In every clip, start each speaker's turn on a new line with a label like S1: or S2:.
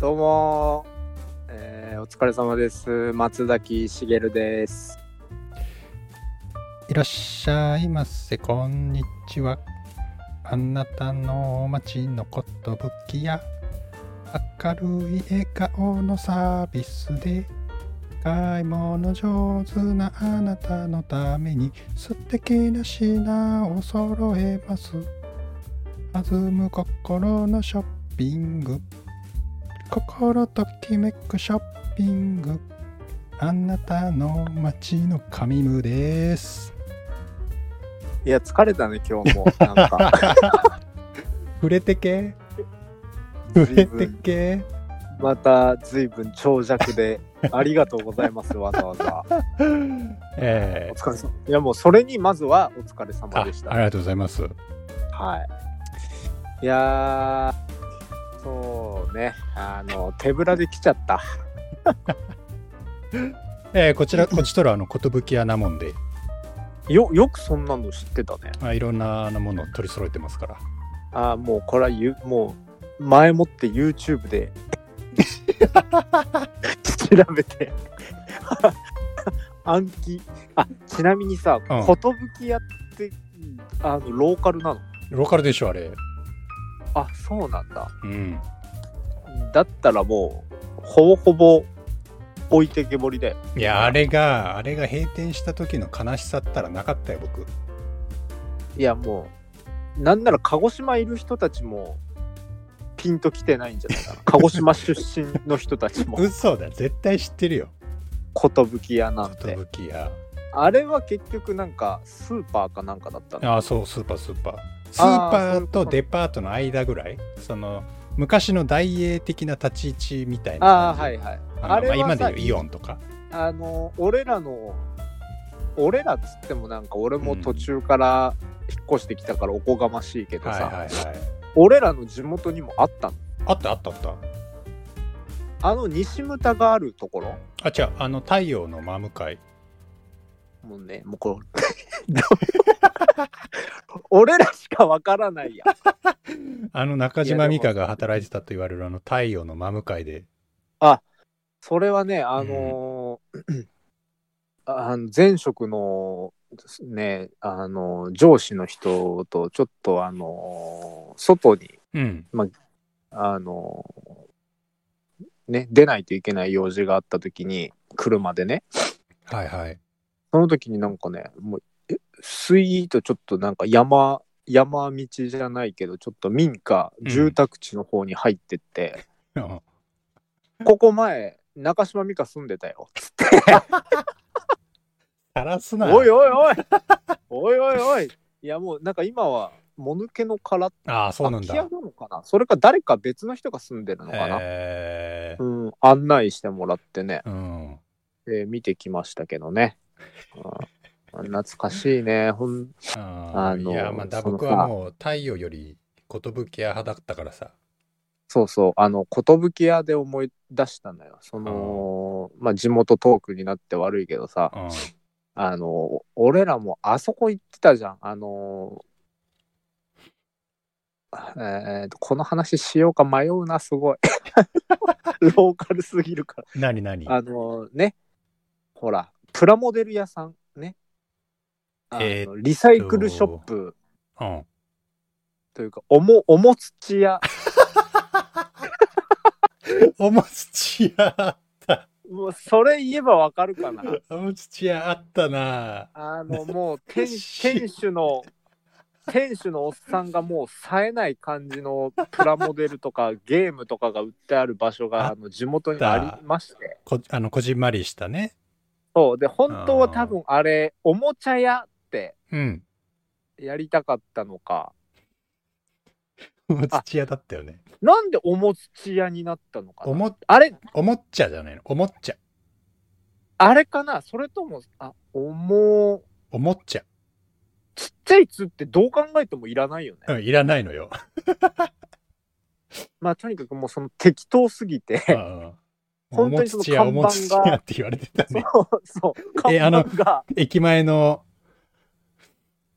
S1: どうも、えーお疲れ様です。松崎しげるです。
S2: いらっしゃいませ、こんにちは。あなたの街のことぶきや、明るい笑顔のサービスで、買い物上手なあなたのために、素敵な品を揃えます。弾む心のショッピング。心ときめくショッピング。あなたの街の神ムです。
S1: いや、疲れたね、今 日も。なんか、
S2: 触れてけ触
S1: 随
S2: れて
S1: 分、
S2: け
S1: また随分長尺で、ありがとうございます、わざわざ。
S2: え
S1: お疲れ様。いや、もうそれにまずはお疲れ
S2: ーあ
S1: 様
S2: あ
S1: で
S2: り
S1: した。
S2: がとうございます
S1: はい。いやー、そうね、あの、手ぶらで来ちゃった。
S2: えー こちらこっちとらあの寿屋なもんで
S1: よ、よくそんなの知ってたね。
S2: あいろんなあのものを取り揃えてますから
S1: あーもうこれはゆもう前もって YouTube で調べて暗記あちなみにさ
S2: うん
S1: 寿屋ってあのローカルなの
S2: ローカルでしょあれ
S1: あそうなんだ
S2: うん
S1: だったらもうほぼほぼ置いてけぼりで
S2: いやあれがあれが閉店した時の悲しさったらなかったよ僕
S1: いやもうなんなら鹿児島いる人たちもピンときてないんじゃないかな鹿児島出身の人た ちも
S2: 嘘だ絶対知ってるよ
S1: 寿屋なんて
S2: 寿屋
S1: あれは結局なんかスーパーかなんかだったの
S2: ああそうスーパースーパースーパーとデパートの間ぐらいその昔の大英的な立ち位置みたいな
S1: ああ
S2: 感じ
S1: はいはい
S2: あの
S1: あれはさ
S2: まあ今でいうイオンとか
S1: あの俺らの俺らっつってもなんか俺も途中から引っ越してきたからおこがましいけどさ、
S2: はいはいはい
S1: 俺らの地元にもあったの
S2: あったあったあった
S1: あの西牟田があるところ
S2: あ、違う、あの、太陽の真向かい。
S1: もうねもう こ れ俺らしかわからないやん
S2: あの、中島美香が働いてたと言われるあの、太陽の真向かいで。
S1: それはねあのー あの前職のねあの上司の人とちょっとあの外に
S2: うん。
S1: あのね出ないといけない用事があった時に車でね
S2: はいはい。
S1: その時になんかねもうえスイートちょっとなんか山山道じゃないけどちょっと民家
S2: うん
S1: 住宅地の方に入ってって、
S2: うん
S1: ここ前中島美香住んでたよ
S2: さらすな。
S1: おいおいおいおいおいおいいやもうなんか今はもぬけの殻
S2: ああ、そうなん
S1: 空
S2: だ
S1: き。家なのかなそれか誰か別の人が住んでるのかな、
S2: えー
S1: うん、案内してもらってね、
S2: うん。
S1: えー見てきましたけどね、うん、懐かしいねほん
S2: あ
S1: あの
S2: のいや、まあ、だ
S1: その
S2: 僕はもう、太陽より、寿屋派だったからさ。
S1: そうそうあの寿屋で思い出したのよその、まあ地元トークになって悪いけどさ
S2: うん。
S1: あの俺らもあそこ行ってたじゃんあのえーとこの話しようか迷うなすごい ローカルすぎるか
S2: なになに
S1: らあのねほらプラモデル屋さんねあの
S2: えーっと
S1: リサイクルショップ
S2: うん。
S1: というかおもおも土屋
S2: おもつちや、
S1: もうそれ言えばわかるかな
S2: おもつちやあったな。
S1: あのもう 店
S2: しい
S1: 店主の店主のおっさんがもう冴えない感じのプラモデルとかゲームとかが売ってある場所が
S2: あ
S1: あの地元にありまして
S2: こ、あの、こじんまりしたね。
S1: そうで本当は多分あれおもちゃ屋って
S2: うん。
S1: やりたかったのか
S2: おもつちやだったよね。
S1: なんでおもち屋になったのか
S2: お
S1: な
S2: も、
S1: あれ
S2: おもっちゃじゃないの。おもっちゃ。
S1: あれかなそれともあおも
S2: おもっちゃ。
S1: ちっちゃい「つ」ってどう考えてもいらないよね、
S2: うん、いらないのよ。
S1: まあとにかくもうその適当すぎて 本
S2: 本
S1: 当にその看板が
S2: おもつちやって言われてたね。
S1: そうそう看
S2: えあの
S1: 板が。
S2: 駅前の、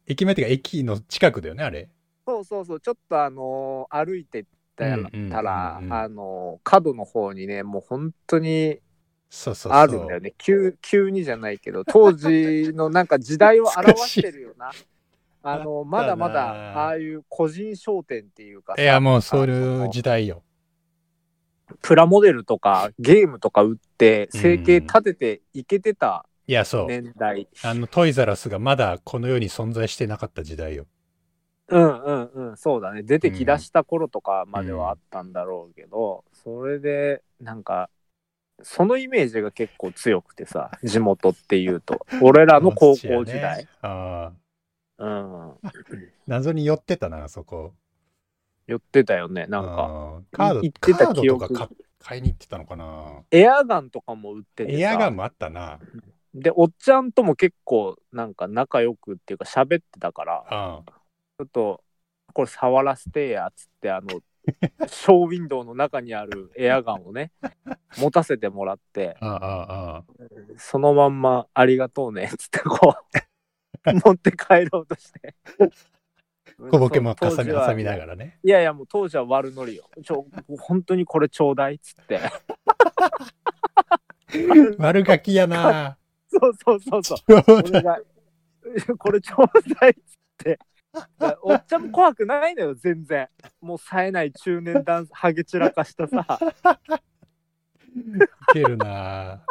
S2: 駅前っていうか駅の近くだよね、あれ。
S1: そうそうそう、ちょっとあのー歩いてったら、あの、角の方にね、もう本当に
S2: そうそうそう
S1: あるんだよね。急急にじゃないけど、当時のなんか時代を表してるよな。 あの、まだま
S2: あったな
S1: だ、ああいう個人商店っていうかさ
S2: いやもうそういう時代よ
S1: プラモデルとかゲームとか売って、生計立てていけてた
S2: いやそう、
S1: 年代。
S2: あのトイザラスがまだこの世に存在してなかった時代よ
S1: うんうんうん、そうだね。出てきだした頃とかまではあったんだろうけど、それで、なんか、そのイメージが結構強くてさ、地元っていうと。俺らの高校時
S2: この
S1: 代。
S2: 地やねああ
S1: うん。
S2: 謎に寄ってたなそこ
S1: 寄ってたよね、なんか。
S2: うんカード
S1: 行ってた
S2: カード
S1: 記
S2: と
S1: 憶
S2: か買買いに行ってたのかな
S1: エアガンとかも売っててさ。
S2: エアガンもあったな
S1: で、おっちゃんとも結構、なんか仲良くっていうか喋ってたから。
S2: あ
S1: ちょっと、これ触らせてや、つって、あ の、ショーウィンドウの中にあるエアガンをね、持たせてもらって、
S2: ああああ
S1: そのまんま、ありがとうね、つってこ う、持って帰ろうとして。
S2: 小ボケもかさみ
S1: 当時は
S2: 挟みながらね
S1: いやいや、もう当時は悪ノリよ。ちょ、本当にこれちょうだい、つって。
S2: 悪ガキやな
S1: そうそうそうそう。俺が、これちょうだいっ つって。おっちゃんも怖くないのよ、全然。もう冴えない中年男、ハゲ散らかしたさ。
S2: けるな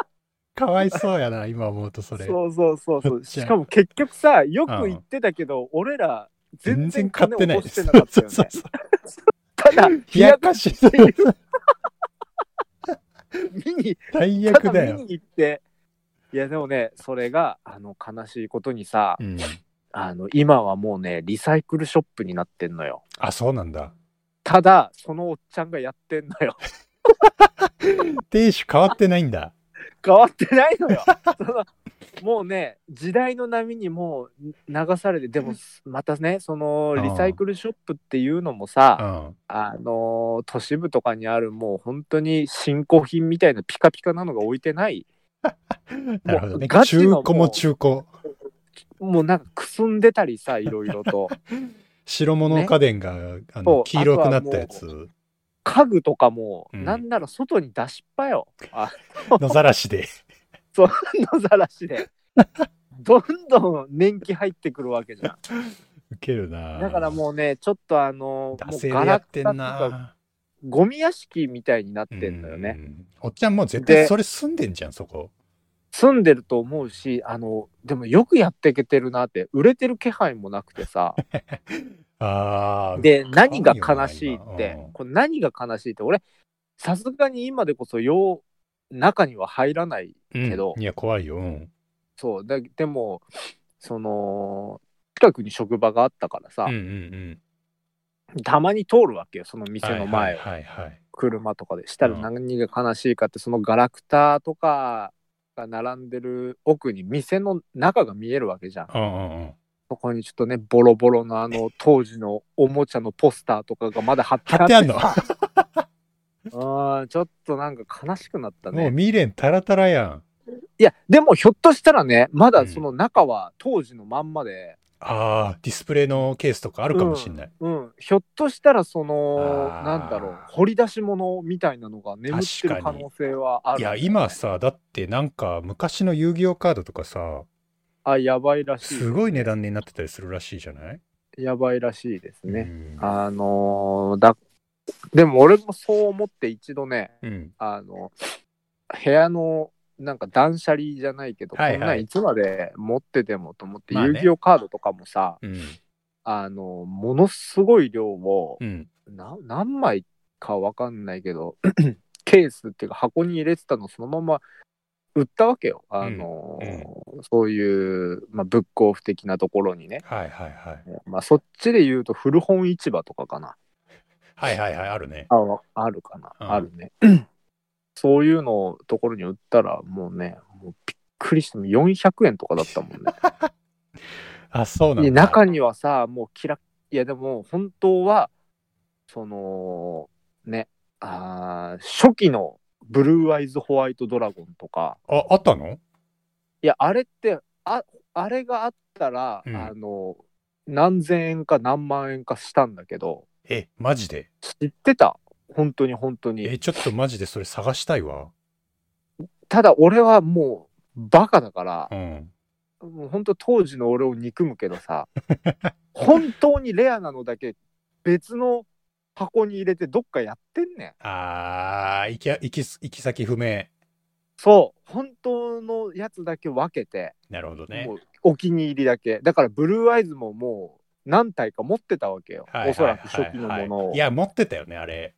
S2: かわいそうやな今思うとそれ
S1: そうそうそうそ
S2: おっ
S1: う。
S2: ちゃん
S1: しかも結局さ、よく言ってたけど、俺ら全
S2: 全然
S1: 然
S2: 買っ
S1: 金
S2: てない
S1: 落としてなかったよ
S2: そう
S1: ね。
S2: そうそう
S1: ただ、
S2: 冷やかし
S1: 冷やかして見に、
S2: 最
S1: た
S2: 悪だ
S1: だ見
S2: よ
S1: に行って。いやでもね、それがあの悲しいことにさ、
S2: うん
S1: あの今はもうね、リサイクルショップになってんのよ。
S2: あそうなんだ
S1: ただ、そのおっちゃんがやってんのよ。
S2: 亭主変わってないんだ
S1: 変わってないのよ そのもうね時代の波にもう流されてでもまたねその
S2: うん
S1: リサイクルショップっていうのも
S2: う
S1: さ、
S2: ん
S1: あのー都市部とかにあるもう本当に新古品みたいなピカピカなのが置いてない
S2: なるほ
S1: も
S2: どね
S1: うガチ
S2: 中
S1: の
S2: 古も中古
S1: もうなんかくすんでたりさいろいろと
S2: 白物家電が、あ
S1: そ
S2: の
S1: う
S2: 黄色くなったやつ
S1: 家具とかも、
S2: うん
S1: なんなら外に出しっぱよあ
S2: 野ざらしで
S1: のざらしでどんどん年季入ってくるわけじゃん
S2: ウケるな
S1: だからもうねちょっとあのー
S2: 惰
S1: も
S2: 性
S1: う
S2: で
S1: ガ
S2: や
S1: ラ
S2: っ
S1: ク
S2: て
S1: タ
S2: ん
S1: とか
S2: な
S1: ゴミ屋敷みたいになってんのよね、
S2: うんおっちゃんもう絶対
S1: で
S2: それ住んでんじゃんそこ
S1: 住んでると思うしあのでもよくやっていけてるなって売れてる気配もなくて さ
S2: ああ
S1: で何が悲しいって
S2: うん
S1: これ何が悲しいって俺さすがに今でこそよう中には入らないけど
S2: うんいや怖いよ、うん
S1: そうだでもその近くに職場があったからさ
S2: うん、うん
S1: たまに通るわけよその
S2: うん
S1: 店の前を
S2: はいはいはいはい
S1: 車とかでしたら
S2: うん
S1: 何が悲しいかってそのガラクタとかが並んでる奥に店の中が見えるわけじゃん
S2: うんうんうん
S1: そこにちょっとね、ボロボロのあの当時のおもちゃのポスターとかがまだ貼って
S2: 貼ってあんの
S1: あーちょっとなんか悲しくなった
S2: もう
S1: ね。
S2: 未練タラタラやん
S1: いや、でもひょっとしたらね、まだその中は当時のまんまで、
S2: ああディスプレイのケースとかあるかもしんない、
S1: うん、ひょっとしたらその
S2: あ、ー
S1: なんだろう、掘り出し物みたいなのが眠ってる
S2: 確か
S1: 可
S2: に
S1: 能性はある、
S2: いや今。さだってなんか昔の遊戯王カードとかさ
S1: あ、やばいらし
S2: すごい値段になってたりするらしいじゃない
S1: い。やばいらしいですね。
S2: うん
S1: あのーだ、でも俺もそう思って一度ね、
S2: うん
S1: あの、部屋の、なんか断捨離じゃないけど、
S2: はいはい
S1: こんなんいつまで持っててもと思って、
S2: まあね
S1: 遊戯王カードとかもさ、
S2: うん
S1: あの、ものすごい量を、
S2: うん
S1: な何枚かわかんないけど、 ケースっていうか箱に入れてたのそのまま売ったわけよ。あの、そういう、まあ、ブックオフ的なところにね。
S2: はいはいはい
S1: まあ、そっちで言うと古本市場とかかな。
S2: はいはいはいあるね
S1: あわあるかな、
S2: うん
S1: あるね。そういうのをところに売ったら、もうね、もうびっくりして、もう400円とかだったもんね。
S2: あそうなん
S1: で
S2: だ
S1: 中にはさ、もうキラいやでも本当は、その、ね、あー初期のブルーアイズホワイトドラゴンとか、
S2: ああったの
S1: いや、あれって、ああれがあったら、
S2: うん
S1: あの、何千円か何万円かしたんだけど、
S2: え、マジで
S1: 知ってた本当に本当に
S2: え、ちょっとマジでそれ探したいわ。
S1: ただ俺はもうバカだから
S2: うん。
S1: もう本当当時の俺を憎むけど さ本当にレアなのだけ別の箱に入れてどっかやってんねん
S2: あー、行き、行きす、行き先不明。
S1: そう本当のやつだけ分けて、
S2: なるほどね
S1: も。うお気に入りだけだからブルーアイズももう何体か持ってたわけよ、
S2: はいはいはいはい
S1: おそらく初期のものを、
S2: い
S1: いや
S2: や、持ってたよね、あれ。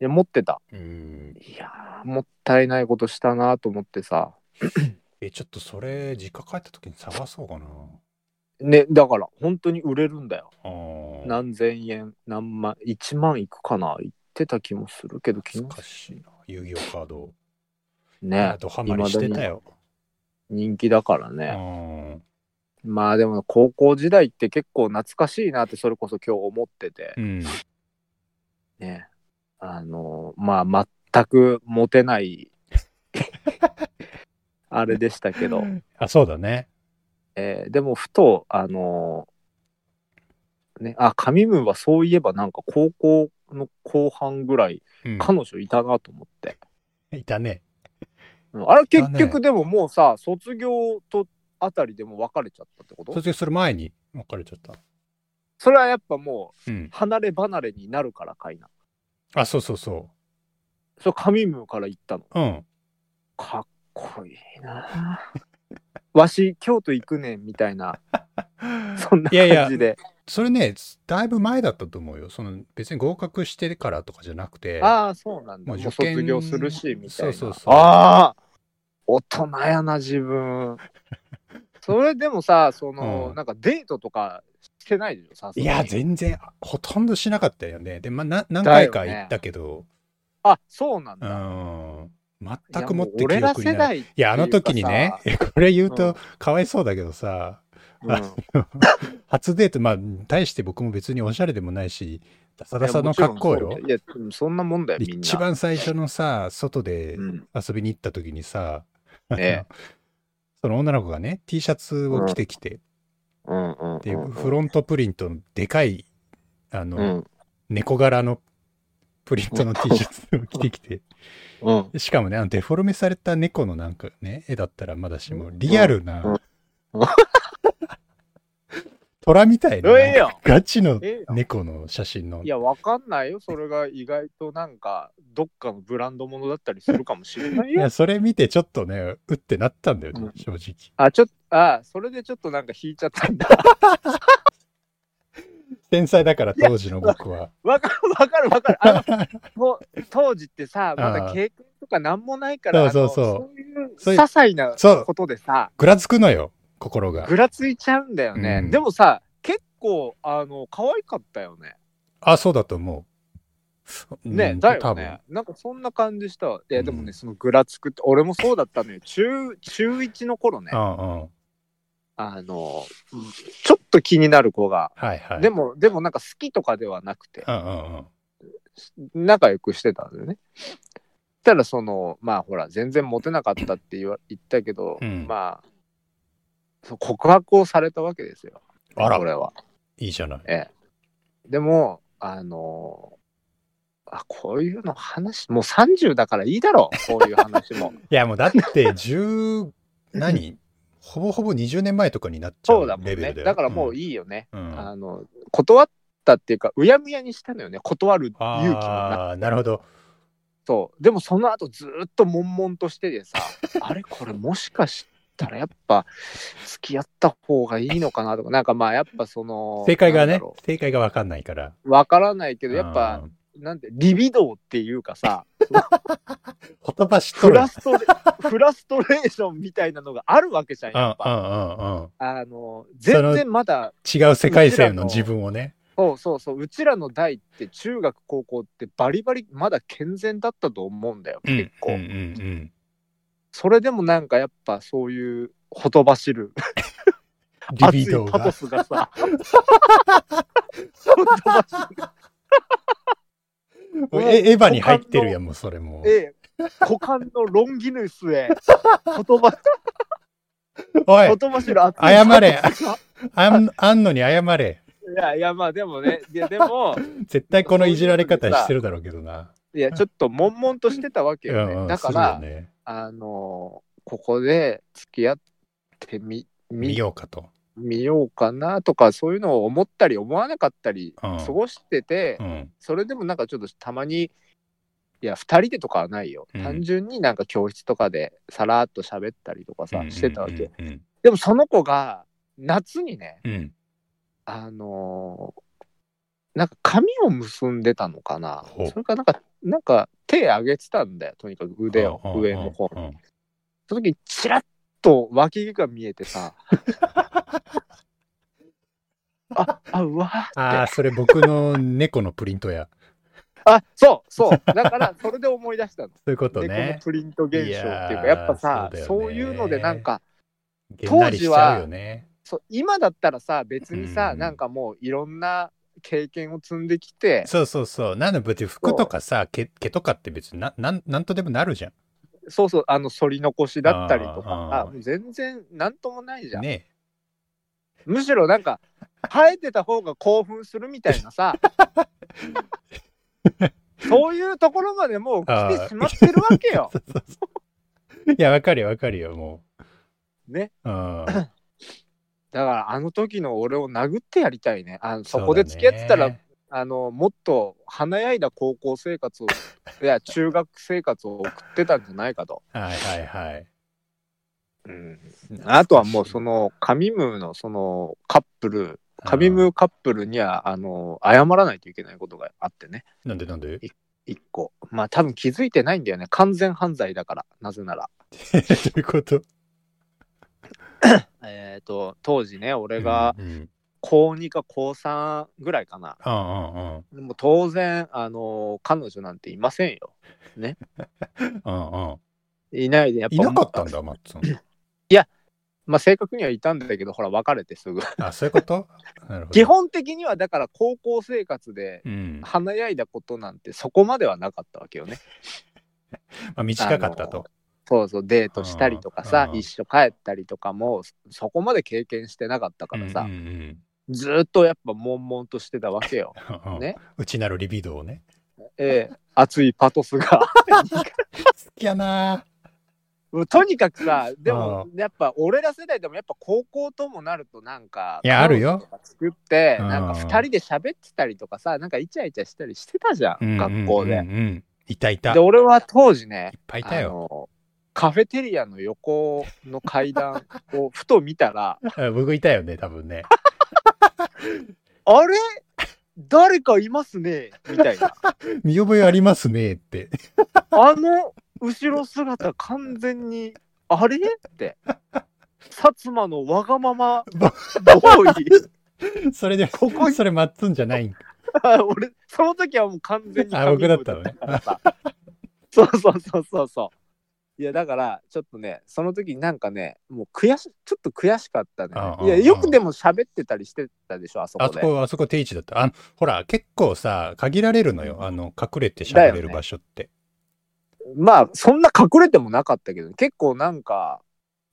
S1: 持ってた
S2: うん。
S1: いやーもったいないことしたなと思ってさ
S2: え、ちょっとそれ、実家帰った時に探そうかな。
S1: ねだから本当に売れるんだよ
S2: あー。
S1: 何千円何万1万いくかな言ってた気もするけど気
S2: 懐
S1: も
S2: かしいな。遊戯王カード。い
S1: ね
S2: やドハマりしてたよ。
S1: 人気だから
S2: う
S1: ね、
S2: ん。
S1: まあでも高校時代って結構懐かしいなってそれこそ今日思ってて
S2: うん。
S1: ねあのまあ全くモテない あれでしたけど、
S2: あ、そうだね。
S1: えーでもふとあのねあ上ムはそういえばなんか高校の後半ぐらい
S2: うん。
S1: 彼女いたなと思って、
S2: いたね。
S1: うんあれ
S2: だ
S1: 結
S2: ね
S1: 局でももうさ、卒業とあたりでもう別れちゃったってこと
S2: 卒業する前に別れちゃった。
S1: それはやっぱもう
S2: うん。
S1: 離れ離れになるからかいな
S2: あ、そうそうそ
S1: それ上ムから言ったの
S2: う。うん。
S1: かっこいい なわし京都行くねんみたいなそんない
S2: やいや
S1: 感じで
S2: それね、だいぶ前だったと思うよ。その別に合格してからとかじゃなくて、
S1: ああそうなんだ
S2: も
S1: も
S2: う
S1: う
S2: 受験
S1: 卒業するしみたいな
S2: そうそうそう
S1: ああ大人やな自分それでもさその、
S2: うん
S1: なんかデートとかしてないでしょさす
S2: い
S1: がに
S2: や、全然、ほとんどしなかったよね。で、まあ、な何回か
S1: だよね
S2: 行ったけど、
S1: あそうなんだ
S2: うん、全くもっ
S1: いやもう
S2: て記憶に
S1: 俺ら世
S2: ない。
S1: 代っていうかさ
S2: いや、あの時にね、いや これ言う
S1: う
S2: と
S1: ん
S2: かわいそうだけどさ、
S1: うん
S2: あ初デート、まあ、大して僕も別におしゃれでもないし、ダサダサの格好
S1: い
S2: よ
S1: やもちろんそう。だよいやうんそんなもんだよみんな
S2: 一番最初のさ、外で
S1: うん
S2: 遊びに行った時にさ、
S1: ええ
S2: その女の子がね、T シャツを着てきて、
S1: うんうんうん
S2: で、フロントプリントのでかい、あの、
S1: うん
S2: 猫柄のプリントの T シャツを着てきて、
S1: うん
S2: しかもね、あのデフォルメされた猫のなんかね、絵だったらまだしも、リアル
S1: うんう、
S2: なん 虎みたいな、
S1: ええやん
S2: ガチの
S1: ええやん
S2: 猫の写真の
S1: い、や、わかんないよ。それが意外となんか、どっかのブランドものだったりするかもしれない
S2: いや、
S1: よ。
S2: それ見てちょっとね、うってなったんだよね
S1: うん、
S2: 正直。
S1: あ、ちょっと、あ、それでちょっとなんか引いちゃったんだ。
S2: 天才だから当時の僕は。
S1: わかるわかるわかる。あの、と当時ってさ、まだ経験とかなんもないから、
S2: そうそうそう
S1: あのいう
S2: そ
S1: 些
S2: ういう
S1: 細な
S2: そう
S1: ことでさ、
S2: ぐらつくのよ、心が。
S1: ぐらついちゃうんだよね。
S2: うん
S1: でもさ、結構、あの、可愛かったよね。
S2: あ、そうだと思う。
S1: ね、
S2: うん
S1: だよ
S2: 多分
S1: ね。なんかそんな感じしたわ。いや、でも
S2: うん
S1: ね、そのぐらつくって、俺もそうだったのよ。中、中1の頃ね
S2: う、んうん。
S1: あの、ちょっと気になる子が、
S2: はいはい。
S1: でも、でもなんか好きとかではなくて
S2: う、んうんうん。
S1: 仲良くしてたんだよね。そしたら、その、まあほら、全然モテなかったって言わ言ったけど、
S2: うん
S1: まあ、そう告白をされたわけですよ。
S2: あら
S1: 俺は。
S2: いいじゃない。
S1: ええ。でも、あのあ、こういうの話、もう30だからいいだろう、こういう話 も。
S2: いやもうだって10何ほぼほぼ20年前とかになっちゃ
S1: そう
S2: う
S1: だもん
S2: レベ
S1: ね。
S2: ルだよ。
S1: だからもう
S2: い、
S1: いいよね。
S2: うん
S1: あの、断ったっていうか、うやむやにしたのよね。断る勇気もなく
S2: ああなるほど。
S1: そうでもその後ずーっと悶々としてて さあれこれもしかしたらやっぱ付き合った方がいいのかなとかなんかまあやっぱその
S2: 正解
S1: な
S2: が
S1: ん
S2: ね
S1: だろ
S2: 正解が分かんないから。
S1: うわからないけどやっぱ
S2: うん
S1: なんてリビドーっていうか さ
S2: ほとばしと
S1: フ
S2: る。うんう
S1: ラストレフラストレーションみたいなのがあるわけじゃんやっぱ
S2: んうんうん。
S1: あの
S2: その
S1: 全然まだ
S2: 違う世界線の自分をね。
S1: そうそうそううちらの代って中学高校ってバリバリまだ健全だったと思うんだよ
S2: うん
S1: 結構、
S2: うんうん
S1: それでもなんかやっぱそういうほとばしる
S2: うん。リビドー
S1: 熱いパト
S2: が。
S1: スが さ。
S2: もうエエヴァに入ってるやんもうそれもう。
S1: ええ、股間のロンギヌスへ、言葉、
S2: おい
S1: 言葉しる熱い
S2: 謝れ
S1: パトスが
S2: あんあんのに謝れ。
S1: や、いや、まあでもね、いや、でも、
S2: 絶対このいじられ方してるだろうけどな。
S1: いや、ちょっと悶々としてたわけよ
S2: うんう
S1: ね。
S2: ん
S1: だか
S2: そ
S1: ら、
S2: うよね、
S1: あのーここで付き合ってみ、
S2: 見
S1: み、
S2: ようかと。
S1: 見ようかなとか、そういうのを思ったり思わなかったり、
S2: うん
S1: 過ごしてて、
S2: うん。
S1: それでもなんかちょっとたまに、いや、二人でとかはないよ。
S2: うん
S1: 単純になんか教室とかでさらっと喋ったりとかさ、してたわけ。
S2: うんうん
S1: でもその子が、夏にね、
S2: うんうん。
S1: あのーなんか髪を結んでたのかな
S2: ほう。
S1: それかなんか、なんか手上げてたんだよ。とにかく腕を
S2: うんうん
S1: 上の方に
S2: う。ん
S1: その時にチラッと脇毛が見えて さ。あ、あ、うわ
S2: あ
S1: ー
S2: あ、
S1: って。
S2: それ僕の猫のプリントや。
S1: あ、そう、そう。だから、それで思い出したの。
S2: そういうこと
S1: 猫の
S2: ね。
S1: プリント現象っていう
S2: いやー
S1: か、やっぱさ、
S2: そうだよね
S1: そういうのでなんか、
S2: げんなりしちゃうよね。
S1: そう今だったらさ、別にさ、
S2: うん
S1: なんかもういろんな経験を積んできて、
S2: そうそうそう。なんで別に服とかさ、毛毛とかって別にななんなんとでもなるじゃ
S1: そうそう、あの、反り残しだったりとか、
S2: あ
S1: あ
S2: ーあー
S1: もう全然なんともないじゃ
S2: ん。
S1: ん。
S2: ね
S1: むしろなんか、生えてた方が興奮するみたいな さ、そういうところまでもう来てしまってるわけ よ。
S2: そうそうそう。いや、わかるよ、わかるよ、も
S1: ね。
S2: う。うん。
S1: だから、あの時の俺を殴ってやりたいね。あの そこで付き合ってたら、
S2: そうだね
S1: あの、もっと華やいだ高校生 活を、いや、中学生活を送ってたんじゃないかと。
S2: はいはいはい。
S1: うん、あとはもう、その、カミムーのそのカップル、カミムーカップルには、あの、謝らないといけないことがあってね。
S2: うん。なんで なんで
S1: 一個。まあ多分気づいてないんだよね。完全犯罪だから。なぜなら。
S2: どういうこと
S1: えっ、と、当時ね、俺が
S2: うんうん
S1: 高2か高3ぐらいかな。
S2: うんうんうん
S1: もう当然、あの彼女なんていませんよ。
S2: うんうん。
S1: いないで、やっぱ。
S2: いなかったんだ、マッツン。
S1: まあ正確にはいたんだけど、ほら、別れてすぐ。
S2: あ、そういうことなるほど。
S1: 基本的には、だから高校生活で、
S2: うん。ま
S1: 華やいだことなんてそこまではなかったわけよね。
S2: あ、短かったと。
S1: そうそう、デートしたりとかさ
S2: う、ん
S1: 一緒帰ったりとかも、そこまで経験してなかったからさ
S2: うん、うん
S1: ずーっとやっぱ悶々としてたわけよ。
S2: うんうん
S1: ね
S2: 内なるリビドーをね。
S1: ええ熱いパトスが。
S2: 好きやな
S1: もうとにかくさ、でもやっぱ俺ら世代でもやっぱ高校ともなるとなんか、
S2: いやある
S1: 彼
S2: よ
S1: 女とか作って、
S2: うん
S1: なんか二人で喋ってたりとかさ、なんかイチャイチャしたりしてたじゃん、学校
S2: うん
S1: で。
S2: うんうんいたいた。
S1: で、
S2: いっ
S1: 俺は当時ね、
S2: ぱいいた
S1: あ
S2: よ。
S1: の、カフェテリアの横の階段をふと見た ら、
S2: あ僕いたよね、多分ね。
S1: あれ誰かいますねみたいな。
S2: 見覚えありますねって。
S1: あの後ろ姿完全にあれって薩摩のわがままボ ーイ
S2: それで、
S1: ここに
S2: それマッツンじゃないん
S1: あ俺その時はもう完全に
S2: あ僕だったのね
S1: 髪の毛だったからさ そうそうそうそうそういやだからちょっとねその時になんかねもう悔しちょっと悔しかったね
S2: ああ
S1: いや
S2: ああ
S1: よくでも喋ってたりしてたでしょあそこ
S2: あそ
S1: で
S2: こ、あそこ定位置だった。あの、ほら、結構さ、限られるのよ。あの、隠れて喋れる場所って。
S1: まあそんな隠れてもなかったけど結構なんか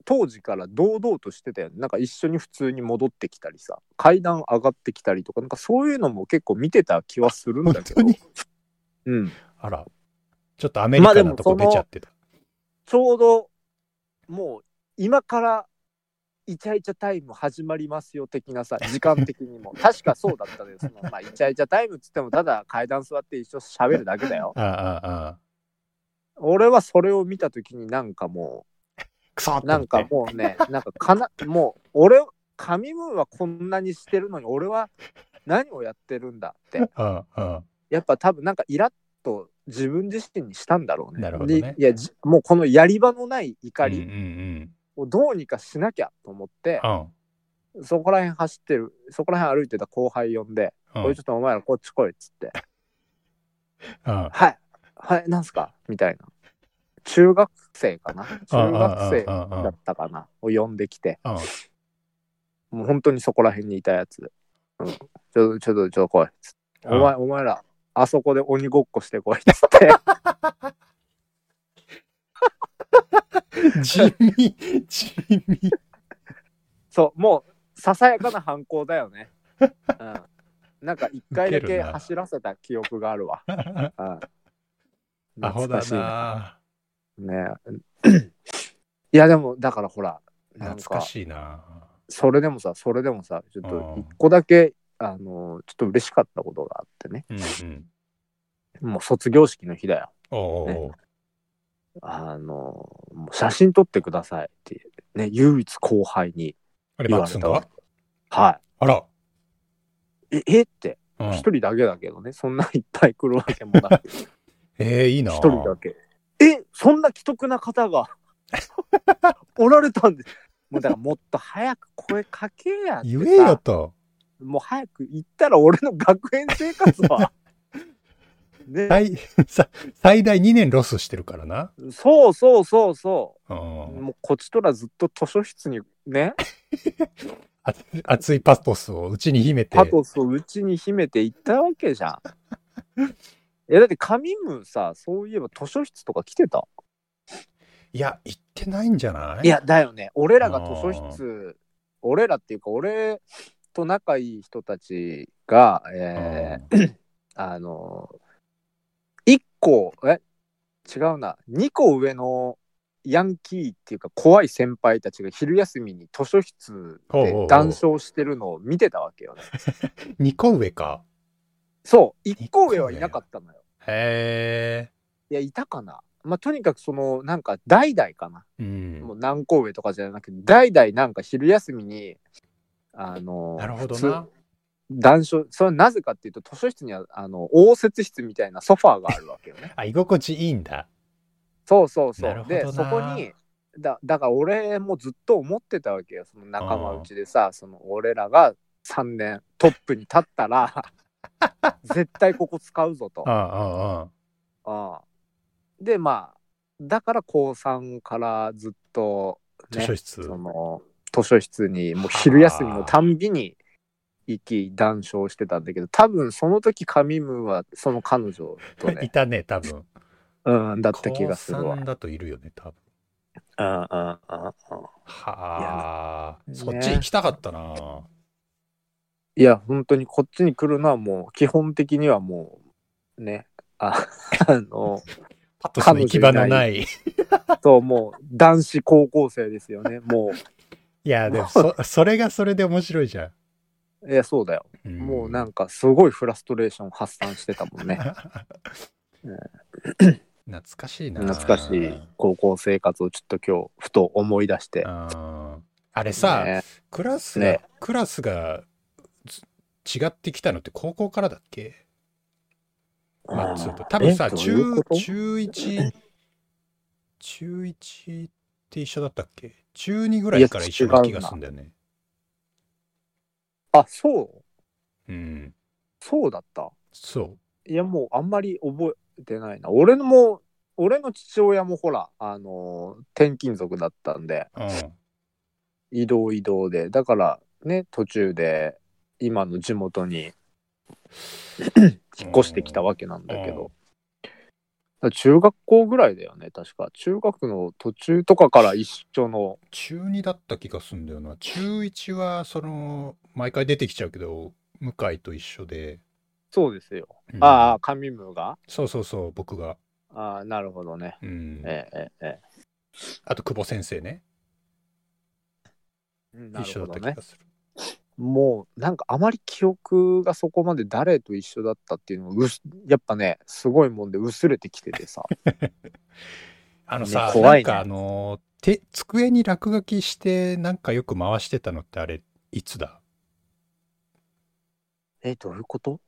S1: 当時から堂々としてたよねなんか一緒に普通に戻ってきたりさ階段上がってきたりとかなんかそういうのも結構見てた気はするんだけど
S2: 本当に
S1: うん、
S2: あら、ちょっとアメリカ
S1: まあで
S2: な
S1: も
S2: とこ
S1: その
S2: 出ちゃってた。
S1: ちょうどもう今からイチャイチャタイム始まりますよ的なさ時間的に も確かそうだったですそのまあイチャイチャタイムっつってもただ階段座って一緒に喋るだけだよ
S2: ああ、ああ。
S1: 俺はそれを見た時になんかもう
S2: くそっと思
S1: な
S2: って
S1: んかもうね、なんかかな、もう俺、神ムーンはこんなにしてるのに、俺は何をやってるんだって、
S2: うんうん。
S1: やっぱ多分なんかイラッと自分自身にしたんだろうね。
S2: なるほどね
S1: でいや、じもうこのやり場のない怒
S2: うん
S1: り
S2: うん
S1: をどうにかしなきゃと思って、
S2: うん。
S1: そこら辺走ってる、そこら辺歩いてた後輩呼んで、
S2: うん。
S1: おい、ちょっとお前らこっち来いっつって、
S2: うん。
S1: はい、はい、なんすかみたいな。中学生かな中学生
S2: うんうんうんうん
S1: だったかなを呼んできて、
S2: うん
S1: もう本当にそこら辺にいたやつ。うん、ちょっと、ちょっと、ちょっと来い。つってお前、お前ら、あそこで鬼ごっこしてこい。 つって。
S2: 地味、地味。
S1: そう、もう、ささやかな犯行だよね。うん。なんか一回だ
S2: ウケ
S1: け
S2: るな
S1: 走らせた記憶があるわ。はい
S2: アホだ
S1: 懐かしい
S2: な
S1: ね いやでもだからほらなん
S2: 懐
S1: か
S2: かしいな
S1: それでもさそれでもさちょっと
S2: うん
S1: 一個だけあのちょっと嬉しかったことがあってね
S2: うんうん
S1: もう卒業式の日だよ
S2: おうおう
S1: あのもう写真撮ってくださいってね唯一後輩に
S2: あれ
S1: 言
S2: マ
S1: わ
S2: ックス
S1: れ
S2: ン
S1: たわ
S2: か
S1: けは
S2: あら
S1: いええって
S2: うん
S1: 一人だけだけどねそんないっぱい来るわけもなく
S2: えーいいな
S1: 一人だけえそんな既得な方 がおられたんですもうだからもっと早く声かけやってさ
S2: 言えよと
S1: もう早く行ったら俺の学園生活 は。ね、
S2: 最 さ最大2年ロスしてるからな
S1: そうそうそうそうう。
S2: ん
S1: もうこっちとらずっと図書室にね、
S2: あ熱いパトスをうちに秘めて
S1: パトスをうちに秘めて行ったわけじゃん。え、だって神ムさ、そういえば図書室とか来てた
S2: いや行ってないんじゃない
S1: いや、だよね。俺らが図書室、俺らっていうか、俺と仲いい人たちが、
S2: うん
S1: えーあの、1個、え違うな、2個上のヤンキーっていうか怖い先輩たちが昼休みに図書室
S2: おうおうお
S1: で
S2: う
S1: 談笑してるのを見てたわけよね。
S2: 二個上か
S1: そう、1個上はいなかったのよ。
S2: へ
S1: いや、いたかな。まあ、とにかくその、なんか代々かな。
S2: えう
S1: もうん何個上とかじゃなくて、代々なんか昼休みに、あの、
S2: なるほど
S1: 普
S2: な
S1: 通談笑、それはなぜかっていうと、図書室には、あの、応接室みたいなソファーがあるわけよね。
S2: あ居心地いいんだ
S1: そうそうそ
S2: なる
S1: う。
S2: ほど
S1: で
S2: な
S1: そこにだだから俺もずっと思ってたわけよその仲間うちでさその俺らが3年トップに立った ら絶対ここ使うぞと
S2: う。んうんうん
S1: うんでまあだから高3からずっと、
S2: 図
S1: ね
S2: 書、室
S1: その図書室にもう昼休みのたんびに行き談笑してたんだけど多分その時上ムーはその彼女と
S2: い
S1: ね、
S2: たね多分
S1: うん、だった気がする
S2: 高
S1: わ。
S2: 三だといるよね多分
S1: うんうんうんうん
S2: はあ
S1: いや
S2: そっち行きたかったない
S1: や、本当にこっちに来るのはもう、基本的にはもう、ね、あ あの、
S2: パトスの行き場のない
S1: そう、もう、男子高校生ですよね、も
S2: いや、でもそ、それがそれで面白いじゃ
S1: う。いや、そうだよ。
S2: ん。
S1: もうなん
S2: か。
S1: か、すごいフラストレーション発散してたもんね。
S2: 懐かしいな。
S1: 懐かしい高校生活をちょっと今日、ふと思い出して。
S2: あーあれさ、
S1: ね
S2: クラスが、
S1: ね
S2: クラスがず違ってきたのって高校からだっけまあ、そうと多分さ、
S1: えどういう
S2: 中
S1: こ、と
S2: 中1、中1って一緒だったっけ中2ぐら
S1: い
S2: い
S1: や
S2: から一緒な気
S1: 違う
S2: が
S1: な
S2: するんだよね。
S1: あ、そう
S2: うん。
S1: そうだった。
S2: そう。
S1: いや、もう、あんまり覚えてないな。俺のも、俺の父親もほら、あの、転勤族だったんで、
S2: うん。
S1: 移動移動でだからね途中で今の地元に引っ越してきたわけなんだけ
S2: うん
S1: ど、だから中学校ぐらいだよね確か中学の途中とかから一緒の
S2: 中2だった気がするんだよな中1はその毎回出てきちゃうけど向井と一緒で、
S1: そうですよ、
S2: うん
S1: ああ神ムが
S2: そうそうそう僕が、
S1: ああなるほどね
S2: うん
S1: えええええ
S2: あと久保先生ね
S1: えうんなる
S2: 一緒
S1: ほ
S2: だ
S1: ど
S2: った気
S1: ね
S2: がする
S1: もうなんかあまり記憶がそこまで誰と一緒だったっていうのがうすやっぱねすごいもんで薄れてきててさ
S2: あのさ、
S1: ね怖
S2: ない
S1: ね
S2: んかあの手机に落書きしてなんかよく回してたのってあれいつだ
S1: えどういうこと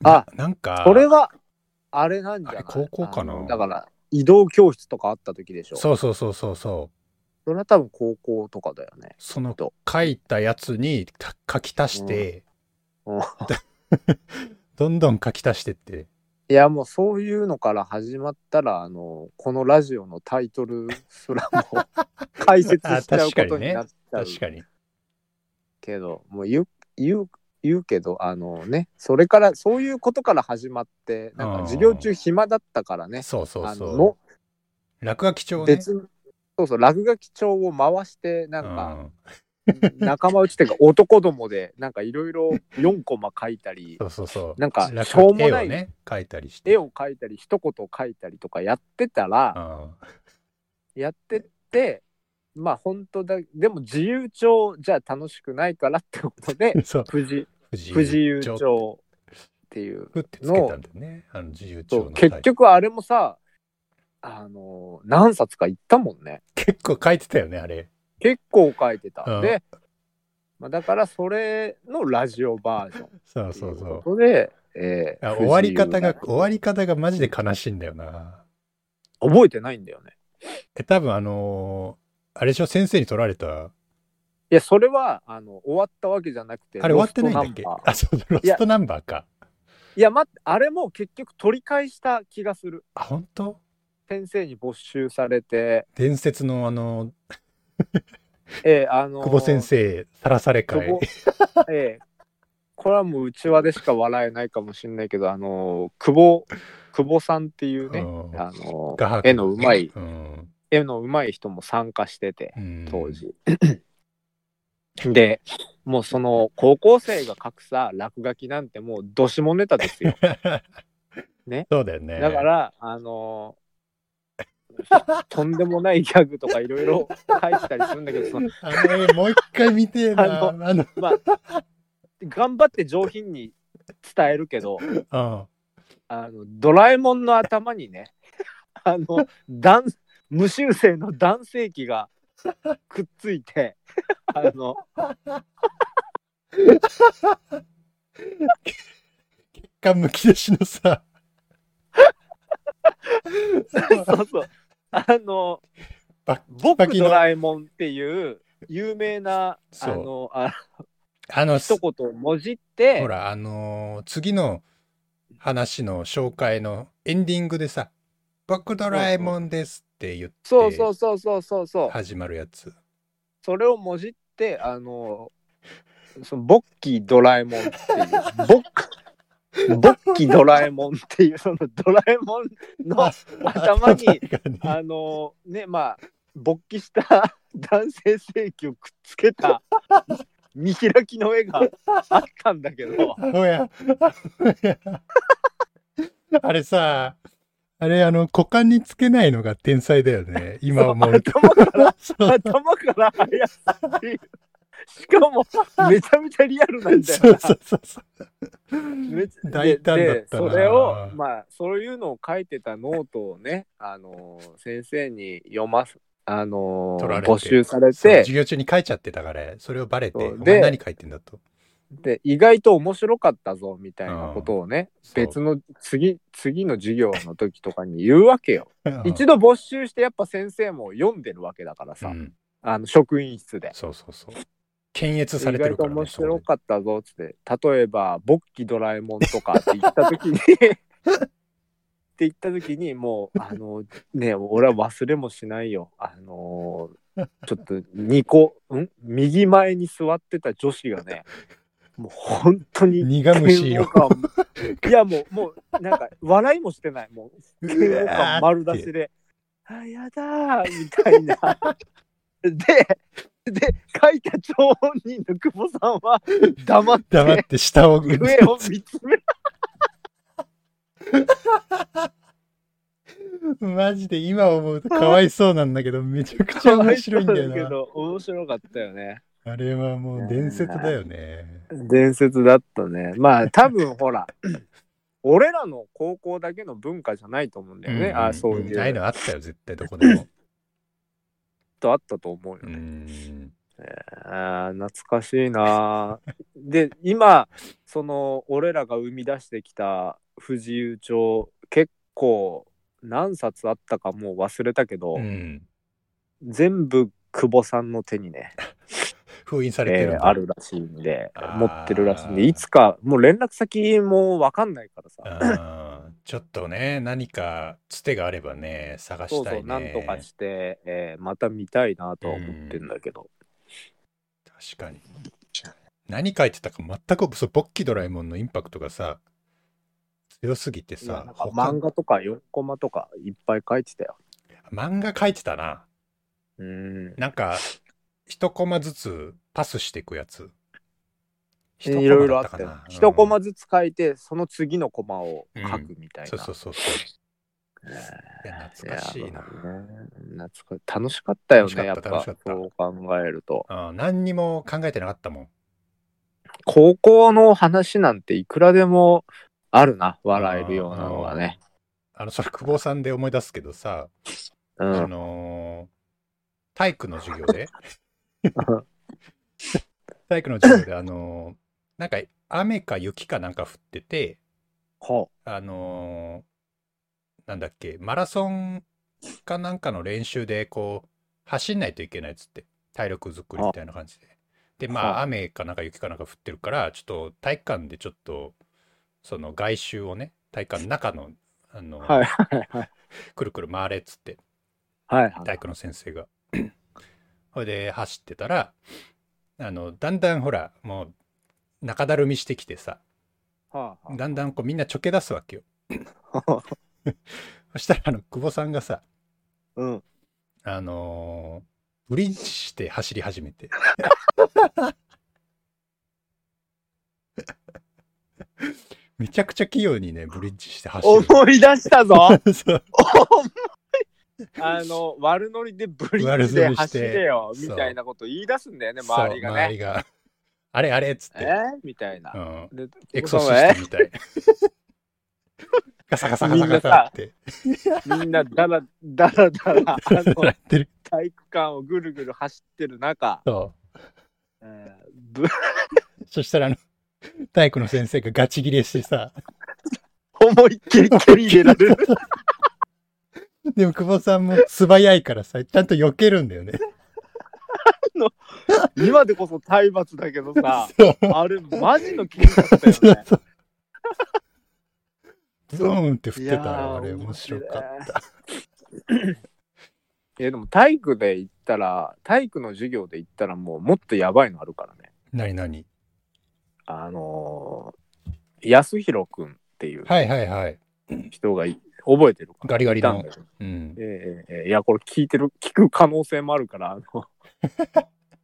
S2: ななんか
S1: これは、あれなんじゃな
S2: あれ
S1: い
S2: 高校かな
S1: あのだから、移動教室とかあった時でしょ。そ
S2: そうそうそうそうそう
S1: れは多分高校とかだよね。
S2: その
S1: と
S2: 書いたやつにか書き足して、
S1: うん
S2: どんどん書き足してって
S1: いや、もうそういうのから始まったら、あの、このラジオのタイトルすらも 解説しちゃうことになっちゃう
S2: 確かに
S1: けど、もう言う、言う、言うけど、あのね、それから、そういうことから始まって、なんか授業中暇だったからね、
S2: そうそう
S1: あ
S2: そ
S1: の
S2: う
S1: の、
S2: 落書き帳ね。
S1: 別に、そうそう、落書き帳を回して、なんか、
S2: うん
S1: 仲間内っていうか男どもで、なんかいろいろ4コマ書いたり、
S2: そうそうそう。
S1: なんか
S2: なん
S1: しょうも
S2: 絵
S1: な
S2: を
S1: い
S2: ね、描いたりして。
S1: 絵を描いたり、一言書いたりとかやってたら、
S2: あ
S1: やってって、まあ本当だ、でも自由帳じゃ楽しくないからってことで
S2: あ。、そう。
S1: 不自
S2: 藤
S1: 不自由
S2: 帳
S1: 帳っていう。
S2: ってつけたんだよね。あの自由
S1: そ
S2: 帳の
S1: う結局あれもさ、あのー何冊かいったもんね。
S2: 結構書いてたよね、あれ。
S1: 結構書いてた。
S2: うん
S1: で、まあ、だからそれのラジオバージョン
S2: そう
S1: ってい
S2: そう
S1: う
S2: そう
S1: こ。とで、えー
S2: あ終わり方が、
S1: 不自
S2: 終わり方がマジで悲しいんだよな。
S1: 由な覚えてないんだよね。
S2: え、多分あのーあれでしょ、先生に取られた。
S1: いや、それはあの終わったわけじゃなくて、
S2: あれ終わってないんだっけ
S1: ロストナンバー
S2: あ、そう、ロストナンバーか。
S1: いや、待って、あれも結局取り返した気がする。
S2: あ、本当
S1: 先生に没収されて、
S2: 伝説のあの、
S1: えーあのー
S2: 久保先生、さらされ
S1: そ
S2: 会。
S1: こ ええこれはもううちわでしか笑えないかもしれないけど、あの久保久保さんっていうね、
S2: うん
S1: あの
S2: 画伯
S1: 絵のうまい
S2: うん。
S1: 絵のうまい人も参加してて
S2: うん
S1: 当。 時。 でもうその高校生が書くさ落書きなんてもうどしもネタですよ。ね。
S2: そうだよね。
S1: だか、らあのとんでもないギャグとかいろいろ書いてたりするんだけどその
S2: あの絵もう一回見てえな。
S1: あ
S2: あの、
S1: 頑張って上品に伝えるけど
S2: うん。
S1: あのドラえもんの頭にね あの男無修正の男性器がくっついてあの
S2: がむき出しのさ。
S1: そうそうあの
S2: バッ
S1: 「僕
S2: バキの
S1: ドラえもん」っていう有名なあ
S2: そう
S1: のあ
S2: あの、
S1: 一言をもじって
S2: ほら、あのー次の話の紹介のエンディングでさ、僕ドラえもんですって言って
S1: そうそうそうそうそうそう
S2: 始まるやつ。
S1: それをもじってあのそのボッキードラえもんっていうボッボッキードラえもんっていうそのドラえもんの頭に
S2: に。
S1: あのねまあ勃起した 男性性器をくっつけ た見開きの絵があったんだけど
S2: ほや。 あれさ、あれ、あの、股間につけないのが天才だよね。今思うと。
S1: 頭か
S2: そう
S1: ら頭から怪しいしかもめちゃめちゃリアルなんだよ
S2: そう
S1: な
S2: そうそうそう。
S1: めちゃ
S2: 大胆だった
S1: ででそ
S2: な
S1: れをまあそういうのを書いてたノートをねあの先生に読ますあの
S2: 取られて
S1: 募集され
S2: そう
S1: て
S2: 授業中に書いちゃってたから、それをバレて、
S1: そう
S2: お
S1: で
S2: 前何書いてんだと。
S1: で意外と面白かったぞみたいなことをね
S2: そう
S1: 別の次次の授業の時とかに言うわけよ。
S2: うん
S1: 一度没収してやっぱ先生も読んでるわけだからさ、
S2: うん
S1: あの職員室で。
S2: そうそうそう。検閲さ
S1: 意
S2: れて
S1: 外
S2: る
S1: と
S2: から、ね。
S1: 面
S2: そ
S1: 白
S2: こで
S1: かったぞっつって例えば「勃起ドラえもん」とかって言った 時にって言った時にもうあのね俺は忘れもしないよあのーちょっと2個ん右前に座ってた女子がねもう本当に
S2: 苦虫よ
S1: 嫌悪感いやもうもうなんか笑いもしてない もう嫌悪感丸出しで「あやだー」みたいな。でで書いた張本人の久保さんは黙って
S2: 黙って下を
S1: 上を見つめ
S2: マジで今思うとかわいそうなんだけど、めちゃくちゃ面白いんだよ
S1: け
S2: な。
S1: ど面白かったよね
S2: あれはもう伝説だよね。
S1: 伝説だったねまあ多分ほら俺らの高校だけの文化じゃないと思うんだよね、
S2: ん
S1: あそうい
S2: ないうのあったよ、絶対どこ でも。
S1: とあったと思うよ
S2: う
S1: ね、
S2: ん。
S1: あー懐かしいなぁで今その俺らが生み出してきた不自由帳結構何冊あったかもう忘れたけど、
S2: うん。
S1: 全部久保さんの手にね、
S2: 封印されてる
S1: え
S2: んだ
S1: ーあるらしいんで
S2: あー
S1: 持ってるらしいんでいつかもう連絡先も分かんないからさ
S2: あーちょっとね、何かつてがあればね、探
S1: そ
S2: し
S1: う
S2: た
S1: そ
S2: いうね。
S1: なんとかして、えーまた見たいなとは思ってんだけど、
S2: 確かに。何書いてたか全く、そう、ポッキードラえもんのインパクトがさ、強すぎて
S1: いや
S2: さ
S1: なん、か漫画とか4コマとかいっぱい書いてたよ
S2: 他漫画書いてたな。
S1: うん
S2: なんか、一コマずつパスしていくやつ。一コマ
S1: いろいろあって
S2: だたかな
S1: 一コ
S2: う
S1: マ
S2: ん
S1: ずつ書いてその次のコマを書くみたいな、
S2: そうそうそうそう。
S1: ね
S2: いや懐かしいな。
S1: やね懐か楽しかったよねやっ
S2: 楽しか
S1: ぱ
S2: った楽しかった
S1: そう考えると
S2: うん何にも考えてなかったもん。
S1: 高校の話なんていくらでもあるな笑えるようなのがね
S2: あの、それ久保さんで思い出すけどさ、
S1: う
S2: あ
S1: ん
S2: のー体育の授業 で
S1: ん、
S2: 体育の授業で、あのーなんか雨か雪かなんか降ってて、
S1: ほ
S2: あのーなんだっけ、マラソンかなんかの練習で、こう、走んないといけないっつって、体力作りみたいな感じで。で、ま
S1: は
S2: あ、
S1: あ
S2: 雨かなんか雪かなんか降ってるから、ちょっと体育館でちょっと、その外周をね、体育館の中の、あの、
S1: うはいはいはい
S2: くるくる回れっつって、
S1: はいは
S2: 体育の先生が。 ほいで、走ってたら、あの、だんだんほら、もう、中だるみしてきてさ、
S1: いはあは
S2: だんだんこうみんなちょけ出すわけよ。
S1: あ
S2: そしたら、あの、久保さんがさ、
S1: うん
S2: あのーブリッジして走り始めて。 めちゃくちゃ器用にね、ブリッジして 走る。
S1: 思い出した ぞ
S2: そう
S1: あの悪ノリでブリ
S2: 悪
S1: ッ
S2: ノリし
S1: ジ
S2: て
S1: で走れよみたいなこと言い出すんだよね
S2: そう
S1: 周りが
S2: 周
S1: ね
S2: りがあれあれっつっ
S1: え
S2: て。
S1: ーみたいな、
S2: うん。
S1: で
S2: エクソシストみたい。ガサガサガサガサって。
S1: みんなだらだらだらあの
S2: やってる。
S1: 体育館をぐるぐる走ってる中、
S2: そ
S1: えーぶ
S2: う。そしたら、あの、体育の先生がガチギレしてさ。
S1: 思いっきり蹴り入れら れる。
S2: でも久保さんも素早いからさ、ちゃんと避けるんだよね。
S1: 今でこそ体罰だけどさ、
S2: そう
S1: あれマジの蹴りだ ったよね。
S2: ブーンって振っ
S1: い
S2: て
S1: や
S2: たよ
S1: ー
S2: あれ面白かった。
S1: た。 えでも体育で行ったら体育の授業で行ったらもうもっとやばいのあるからね。
S2: なになに
S1: あのー、安弘くんっていう
S2: はいはいはい。
S1: 人がい覚えてるか
S2: ガリガ
S1: い
S2: リ
S1: たん
S2: の
S1: だ。けど
S2: うん
S1: え。えええいやこれ聞いてる聞く可能性もあるからあの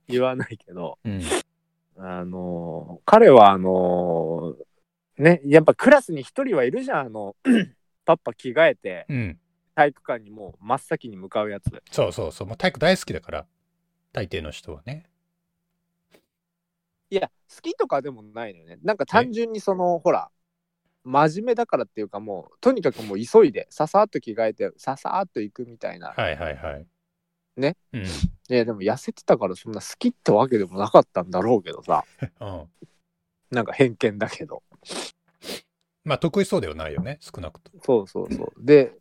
S1: 言わないけど
S2: うん。
S1: あの彼はあのねやっぱクラスに一人はいるじゃんあの パッパ着替えて
S2: うん。
S1: 体育館にもう真っ先に向かうやつ
S2: そうそうそう。もう体育大好きだから、大抵の人はね。
S1: いや好きとかでもないのよねなんか単純にそのほら真面目だからっていうかもうとにかくもう急いでささっと着替えてささっと行くみたいな
S2: はいはいはい。
S1: ね。
S2: うん。
S1: いやでも痩せてたからそんな好きってわけでもなかったんだろうけどさ
S2: うん。
S1: なんか偏見だけど
S2: まあ得意そうではないよね、少なくとも。
S1: そうそうそうで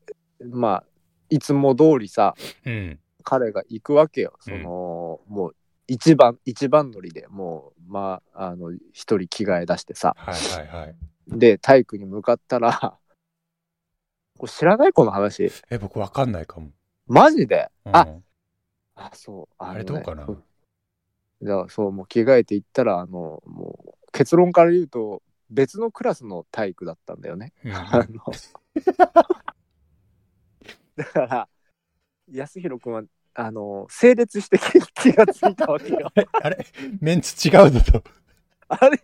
S1: まあいつも通りさ
S2: うん。
S1: 彼が行くわけよその、もう一番一番乗りでもうまああの一人着替え出してさ
S2: はいはいはい。
S1: で体育に向かったら これ知らないこの話
S2: え、僕わかんないかも。
S1: マジで
S2: うん
S1: ああそうあ
S2: あれどうかな
S1: じゃあそうもう着替えて行ったらあのもう結論から言うと別のクラスの体育だったんだよね
S2: うん
S1: あのだから安弘君はあの整列して気がついたわけよ。
S2: あれメンツ違うぞと。
S1: あれ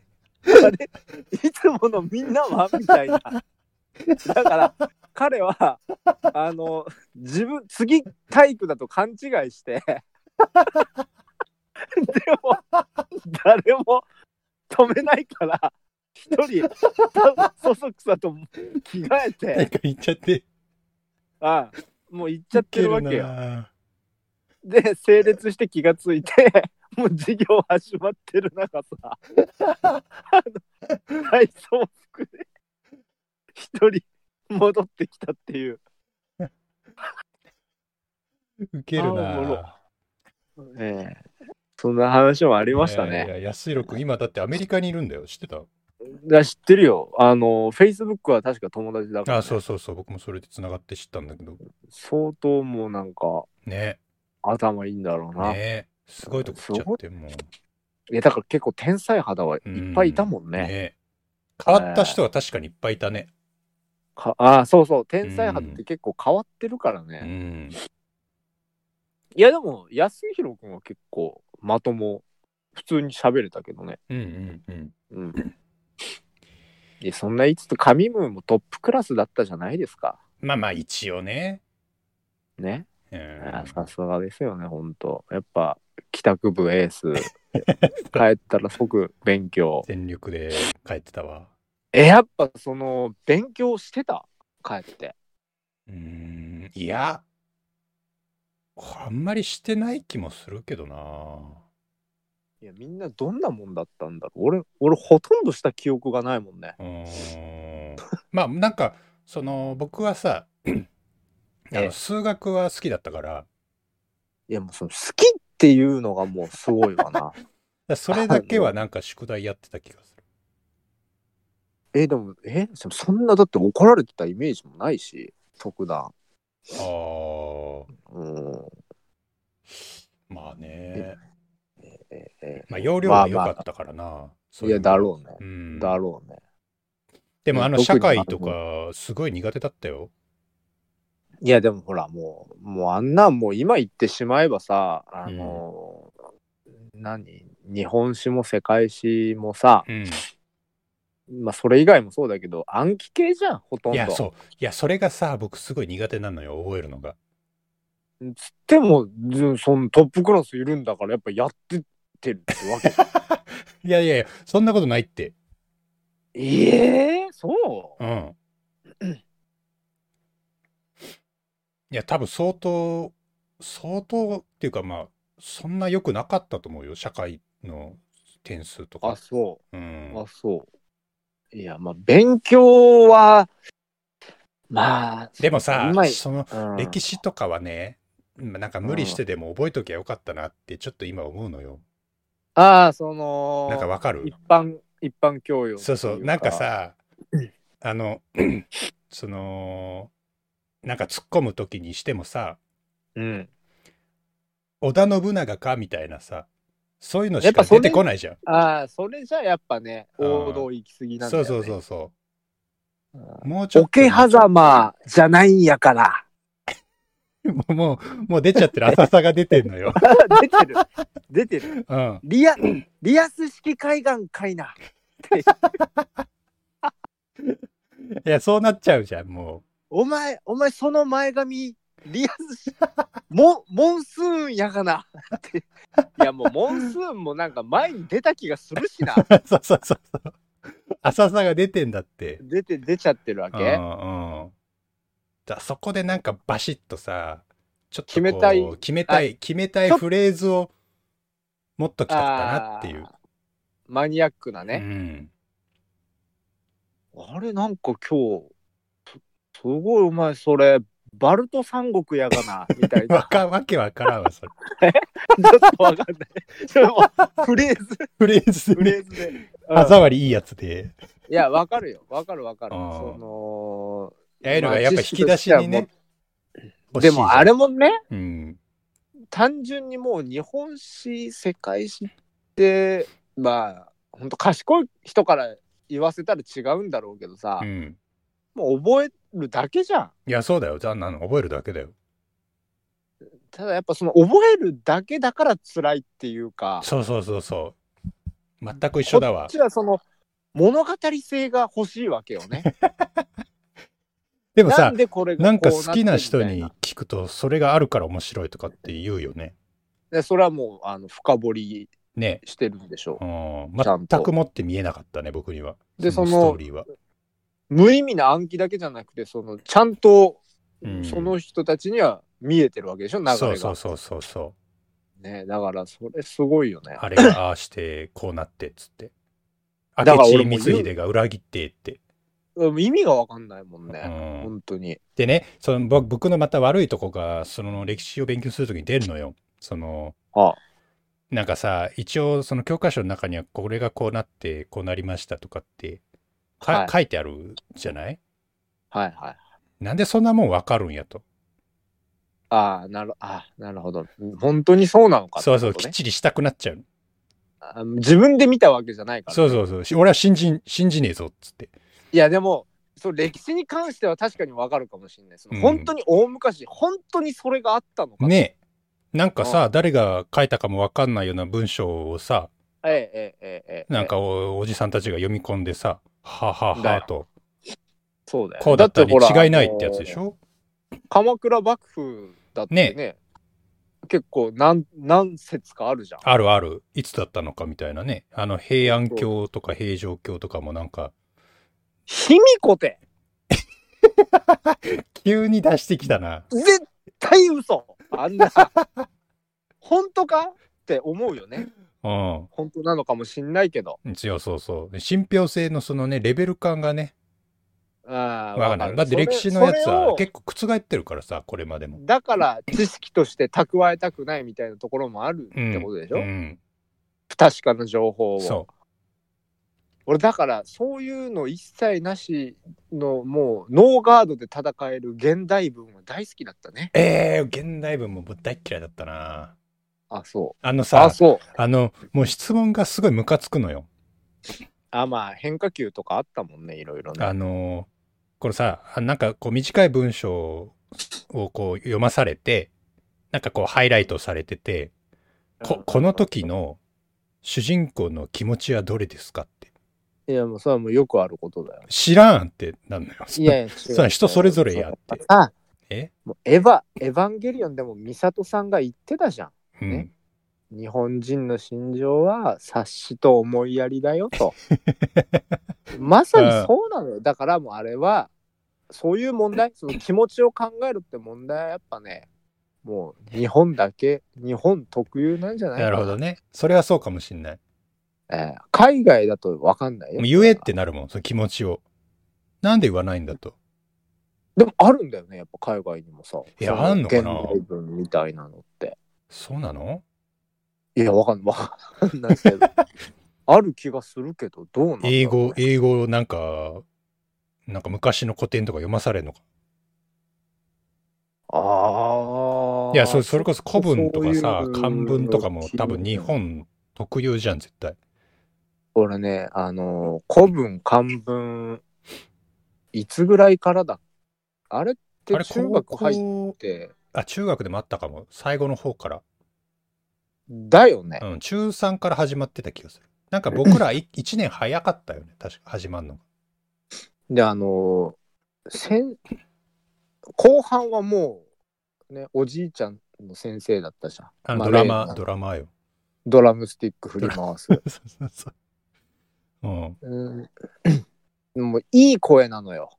S1: あれいつものみんなはみたいな。だから彼はあの自分次体育だと勘違いして でも誰も止めないから一人そそくさと着替えて
S2: なんか言っちゃって。
S1: ああもう行っちゃってるわけよ。
S2: よ。
S1: で整列して気がついて もう授業始まってる中さ あの体操服で一人戻ってきたっていう、
S2: ウケる
S1: あおもろ
S2: な。
S1: ええそんな話もありました
S2: い
S1: ね。
S2: やいや、安弘君、今だってアメリカにいるんだよ。知ってた
S1: いや知ってるよあの Facebook は確か友達だから、
S2: あ、そうそうそう。僕もそれで繋がって知ったんだけど。
S1: 相当もうなんか
S2: ね。
S1: 頭いいんだろうな、
S2: ね。すごいとこ来ちゃって、もう。
S1: いやだから結構天才肌はい
S2: うん
S1: っぱいいたもんね,、
S2: ね。変わった人は確かにいっぱいいたね。
S1: かああそうそう天才肌って結構変わってるからね、
S2: うん。
S1: いやでも安弘君は結構まとも普通に喋れたけどね。
S2: うんうんうん。
S1: うん。 いやそんな言いつつ、神ムーもトップクラスだったじゃないですか。
S2: まあまあ一応ね。
S1: ね。
S2: うん
S1: あーさすがですよね、本当やっぱ、帰宅部エー ス。帰ったら即勉強。
S2: 全力で帰ってたわ。
S1: え、やっぱその、勉強してた帰って。
S2: うーん、いや、あんまりしてない気もするけどな。
S1: いや、みんなどんなもんだったんだろう。俺、俺、ほとんどした記憶がないもんね。
S2: うー んまあなんかその僕はさあ
S1: え
S2: の
S1: え
S2: 数学は好きだったからだか
S1: いや、もうその、好きっていうのがもうすごいわな。
S2: らそれだけはなんか宿題やってた気がする。
S1: え、でも、え、でもそんな、だって怒られてたイメージもないし、特段。
S2: あー
S1: うん。
S2: まあね、
S1: ええ
S2: まあ、容量は良かったからな。そう
S1: いや、
S2: う
S1: だろうね。
S2: う、ん、
S1: だろうね。
S2: でもあの
S1: 特
S2: 社
S1: に
S2: 会とかすごい苦手だったよ。
S1: いや、でもほら、もう、もうあんなん、もう今言ってしまえばさ、あの、何日本史も世界史もさ、
S2: うん、い
S1: まあ、それ以外もそうだけど、暗記系じゃん、ほとんど。
S2: やそういやそれがさ僕すごい苦手なのよ覚えるのが。
S1: つってもずそのトップクラスいるんだからやっぱやってってるって わけ
S2: いやいやいやそんなことないって。
S1: ええそう
S2: うん。いや、多分相当、相当っていうか、まあ、そんな良くなかったと思うよ、社会の点数と
S1: あ
S2: か。。
S1: そううんあそういやまあ勉強はまあ
S2: でもさ
S1: うま、い
S2: その
S1: うん
S2: 歴史とかはね、まあなんか無理してでも覚えときゃよかったなって、ちょっと今思うのよ。
S1: ああその
S2: なんかわかる
S1: 一般一般教養ってい
S2: そうそう、なん かさ、あの、 その、なんか突っ込む時にしてもさ、
S1: うん
S2: 織田信長かみたいなさ、そういうの
S1: や
S2: し
S1: っ
S2: か
S1: ぱそれ
S2: 出てこないじゃん。
S1: ああそれじゃやっぱね
S2: うん
S1: 王道行き過ぎなんだ
S2: そ
S1: よ、
S2: う
S1: ね、
S2: そうそううそ
S1: そう
S2: う。もうちょっと。
S1: 桶狭間じゃないんやから
S2: もう、 もう、もう出ちゃってる。浅さが出て んのよ。
S1: 出てる出てる
S2: うん。
S1: リア、リアス式海岸かいな。
S2: いや、そうなっちゃうじゃん、も
S1: お前、お前その前髪、リアス式、モモンスーンやがな。って いやもうモンスーンもなんか前に出た気がするしな。
S2: う。 そうそうそうそう。浅さが出てんだって。
S1: 出て、出ちゃってるわ
S2: う
S1: け。
S2: んうん。だそこでなんかバシッとさ、ちょっとこ
S1: 決
S2: う
S1: めたい
S2: 決めたい、決めたい
S1: ちょっ
S2: フレーズをもっときたかったなっていう。
S1: マニアックな
S2: う
S1: ね。
S2: ん。
S1: あれなんか今日、すすごいお前それ、バルト三国やがな、みたい
S2: わ
S1: な。
S2: か、わけわからんわ、それ。
S1: ちょっとわかんない。ちょっとフレーズ、
S2: フレーズ
S1: フ
S2: で
S1: レ
S2: ね、
S1: ーズで。うん
S2: 歯触りいいやつで。
S1: いや、わかるよ。わかるわかる。
S2: うん
S1: その、
S2: ああいうのがやっぱ引き出しにね。欲し
S1: で
S2: いじゃん
S1: もあれもね、
S2: うん。
S1: 単純にもう日本史、世界史って、まあ、本当賢い人から言わせたら違うんだろうけどさ、
S2: うん。
S1: もう覚えるだけじゃん。
S2: いや、そうだよ。じゃあ、なの、覚えるだけだよ。
S1: ただやっぱその覚えるだけだから辛いっていうか、
S2: そうそうそうそう。全く一緒だ
S1: こ
S2: わ
S1: っ。ちはその物語性が欲しいわけよね。
S2: でも
S1: な
S2: さ
S1: ん、でこれが
S2: なんか
S1: こうって
S2: 好きな人
S1: み
S2: に
S1: たい
S2: 聞くと、それがあるから面白いとかって言うよね。
S1: な。でそれはもうあの深掘り
S2: ね。
S1: してるんでしょう
S2: う。ん。
S1: ちゃんと
S2: 全く持って見えなかったね、僕には。
S1: で
S2: そのス
S1: その
S2: トーリーは。
S1: 無意味な暗記だけじゃなくてそのちゃんと
S2: うん
S1: その人たちには見えてるわけでしょ、流れが
S2: そうそうそうそうそう。
S1: ね、だからそれすごいよね
S2: あれがああして、こうなって、つって。
S1: か
S2: 明
S1: ら
S2: 智
S1: 俺も言う
S2: 光秀が裏切ってって。
S1: うん意味がわかんないもん
S2: う
S1: ね、
S2: ん。
S1: 本当に
S2: でね、そのぼ僕のまた悪いとこが、その歴史を勉強するときに出るのよ。その、
S1: あ
S2: なんかさ一応その教科書の中にはこれがこうなってこうなりましたとかってか、
S1: はい
S2: 書いてあるじゃない
S1: はいはい
S2: なんでそんなもんわかるんやと
S1: ああなるあなるほど本当にそうなのかって
S2: そ
S1: こと
S2: うそう
S1: ね
S2: きっちりしたくなっちゃうの、
S1: あ自分で見たわけじゃないから
S2: そうそうそうし俺は信じん信じねえぞっつって
S1: いやでもそう歴史に関しては確かにわかるかもしれないその、
S2: うん
S1: 本当に大昔本当にそれがあったのか
S2: ねえなんかさ誰が書いたかもわかんないような文章をさ
S1: ええええええ。
S2: なんかおおじさんたちが読み込んでさ、はははと、
S1: そうだよね
S2: こうだったに
S1: ってほら
S2: 違いないってやつでし
S1: あの
S2: ょ
S1: 鎌倉幕府だってね結構何何説かあるじゃん。
S2: あるある。いつだったのかみたいなね。あの、平安京とか平城京とかもなんか、
S1: 卑弥呼て
S2: 急に出してきたな。
S1: 絶対嘘あんな さ本当かって思うよね。
S2: う
S1: 本当なのかもしんないけど。
S2: ん。強そうそう。で信憑性のそのね、レベル感がね、
S1: あー
S2: わかんな
S1: わ
S2: い。
S1: る
S2: だって歴史のや
S1: そ
S2: つ
S1: れそれ
S2: は
S1: を
S2: 結構覆ってるからさ、これまでも。
S1: だから知識として蓄えたくないみたいなところもあるってことでしょ、
S2: うん。
S1: 不確かな情報を。
S2: そ
S1: 俺だからそういうの一切なしのもうノーガードで戦える現代文は大好きだったね。
S2: う。えー、現代文も大っ嫌いだったな。
S1: あそう。
S2: あのさ、
S1: あ
S2: あ
S1: そう。
S2: の、もう質問がすごいムカつくのよ。
S1: あまあ変化球とかあったもんねいろいろね。
S2: あの、これさ、あなんかこう短い文章をこう読まされて、なんかこうハイライトされてて、ここの時の主人公の気持ちはどれですかって。
S1: いやもうそれはもうよくあることだよ。
S2: 知らんってなんのよ。
S1: いやいや違う
S2: それは人それぞれやって。
S1: あ
S2: え
S1: もうエヴァエヴァンゲリオンでもミサトさんが言ってたじゃん。
S2: うん
S1: ね日本人の心情は察しと思いやりだよ とまさにそうなのよだからもうあれはそういう問題その気持ちを考えるって問題はやっぱねもう日本だけ日本特有なんじゃない
S2: なるほどね。それはそうかもしんない。
S1: えー海外だと分かんないよ
S2: もう言えってなるもん、その気持ちを。なんで言わないんだと。
S1: でもあるんだよねやっぱ海外にもさ
S2: いや
S1: そ
S2: あんのかな
S1: 現代文みたいなのって
S2: そうなの
S1: いや分かんない分かんないけ どある気がするけどどうなんだろうね
S2: 英語、英語なんか、なんか昔の古典とか読まされるのか。
S1: ああ
S2: いや、そそれこそ古文とかさ
S1: そういう、
S2: 漢文とかも多分日本特有じゃん、絶対。
S1: 俺ね、あのー古文、漢文、いつぐらいからだあれって
S2: あれ、
S1: 中
S2: 高
S1: 学入っ
S2: 校、
S1: て、
S2: あ、中学でもあったかも。最後の方から。
S1: だよね。
S2: うん、中3から始まってた気がする。なんか僕ら1 年早かったよね、確か始まるのが。
S1: で、あのー先、後半はもう、ね、おじいちゃんの先生だったじゃん。
S2: あの
S1: まあ
S2: ドラ
S1: 例
S2: マ、
S1: の
S2: ドラマよ。
S1: ドラムスティック振り回す。
S2: そうそうそう。うん。
S1: うん、でもいい声なのよ。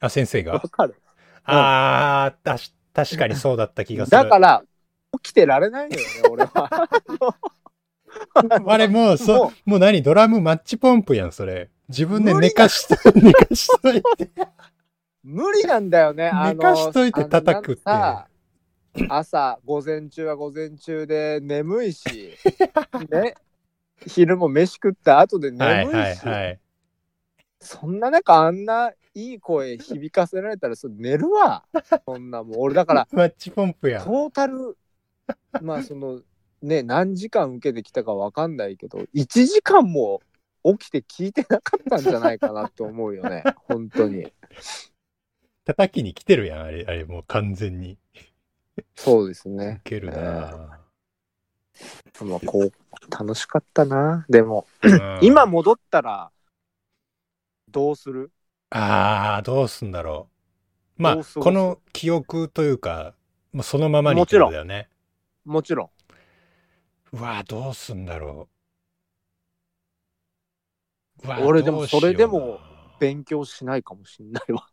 S2: あ、先生が
S1: わ。かる
S2: あー、たし、確かにそうだった気がする。
S1: だから、起きてられないのよね、俺は。
S2: あれもう、
S1: も
S2: そ、もう何ドラムマッチポンプやん、それ。自分で
S1: 無理だ
S2: 寝かしと、寝かしといて。
S1: 無理なんだよね。あの
S2: 寝かしといて叩くって
S1: あのなんかさ朝、午前中は午前中で眠いし、ね、昼も飯食った後で
S2: はい
S1: 眠いし、
S2: はいはい。
S1: そんな中あんないい声響かせられたらそれ寝るわ。そんなもう俺だから、
S2: マッチポンプや
S1: ト
S2: ん。
S1: ータル、 まあその、ね、何時間受けてきたかわかんないけど、1時間も起きて聞いてなかったんじゃないかなと思うよ ね。本当に。
S2: 叩きに来てるやん、あれ、あれもう完全に。
S1: そうです
S2: ウ
S1: ね。
S2: ケるな
S1: まあ、こう楽しかったなでも、
S2: ぁ、う ん
S1: 今。戻ったらどうする
S2: あー、どうすんだろう。まあ、
S1: どう過ごす
S2: この記憶というか、もうそのままにってことだよね。
S1: もちろん
S2: うわぁ、どうすんだろう。うわぁ
S1: 俺でも
S2: どうしよう
S1: それでも
S2: な
S1: 勉強しないかもしん ないわ、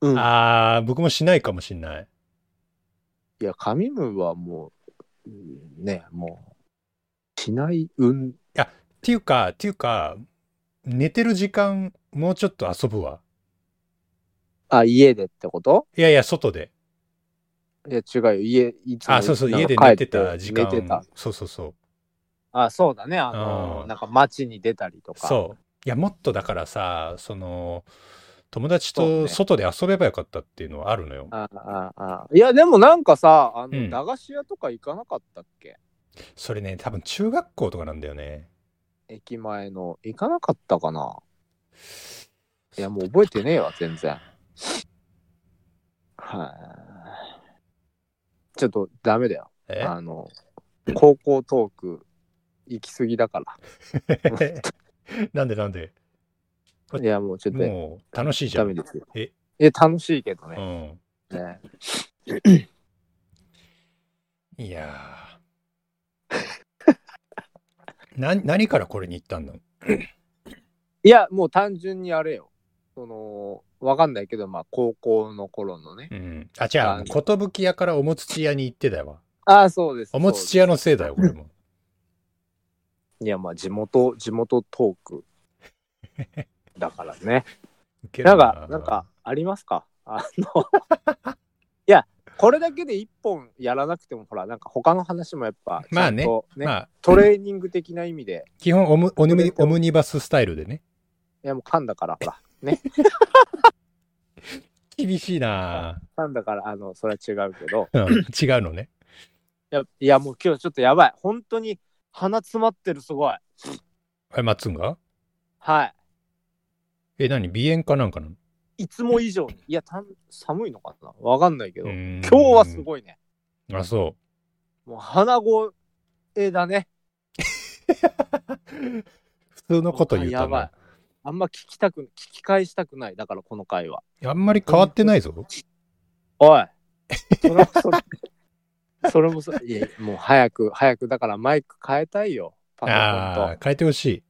S1: うん、い
S2: あー、僕もしないかもしんない。
S1: や紙ムはもううんねもうしない運
S2: っていうか、っていうか、寝てる時間、もうちょっと遊ぶわ。
S1: あ家でってこと
S2: いやいや、外で。
S1: いや違うよ家いつも
S2: あ、そうそう、
S1: なん
S2: 家
S1: か
S2: で
S1: 帰
S2: 寝
S1: って
S2: た時間。
S1: 寝てた
S2: そうそうそう。
S1: あそうだねあの、
S2: うん
S1: なんか街に出たりとか
S2: そう。いや、もっとだからさ、その、友達
S1: そう
S2: と
S1: ね
S2: 外で遊べばよかったっていうのはあるのよ。
S1: あああいやでもなんかさあの、
S2: うん
S1: 駄菓子屋とか行かなかったっけ
S2: それね、多分中学校とかなんだよね。
S1: 駅前の行かなかったかないやもう覚えてねえわ全然はいちょっとダメだよ
S2: え
S1: あの高校トーク行き過ぎだ か
S2: なんでなんで
S1: ら。いや、もうちょっとね
S2: もう楽しいじ
S1: ダ
S2: ゃん
S1: メ。ですよ。
S2: え
S1: え、楽しいけど
S2: う
S1: ね。
S2: ん。
S1: ね
S2: いやー な何からこれに行ったんだ
S1: いや、もう単純にあれよ。その、わかんないけど、まあ、高校の頃のね。
S2: うん。あ、じゃ
S1: あ
S2: あ、
S1: の
S2: 寿屋からおもつち屋に行ってだよ。
S1: ああ、そうです。
S2: おもつち屋のせいだよ、これも。
S1: いや、まあ、地元、地元トー ク。だからね。
S2: ウケる
S1: なんか、なんか、、ありますかあの、いや、これだけで一本やらなくても、ほら、なんか他の話もやっぱ、
S2: まあね
S1: ちゃんとね、
S2: まあ、
S1: トレーニング的な意味で、
S2: 基本オムオムニ、オムニバススタイルでね。
S1: いや、もう噛んだから、ほら、ね、
S2: 厳しいな
S1: 噛んだから、あの、それは違うけど、
S2: ぁうん、違うのね。
S1: いや、いやもう今日ちょっとやばい。本当に鼻詰まってる、すごい。
S2: え、まっつんが
S1: は
S2: え、何鼻炎かなんかなの
S1: い。いつも以上に。いや、たん寒いのかなわかんないけど、
S2: 今
S1: 今日はすごいね。
S2: い。あ、そ
S1: もう鼻声だね。
S2: う。普通のこと言う
S1: や
S2: た
S1: ば。。
S2: ない
S1: あんま聞きたく、聞き返したくない。だからこの回は。
S2: あんまり変わってないぞ。
S1: お い。それもそれ。それもそれ。いや、もう早く、早く、だからマイク変えたいよ。パ
S2: ああ
S1: ソコンと。
S2: ー、変えてほしい。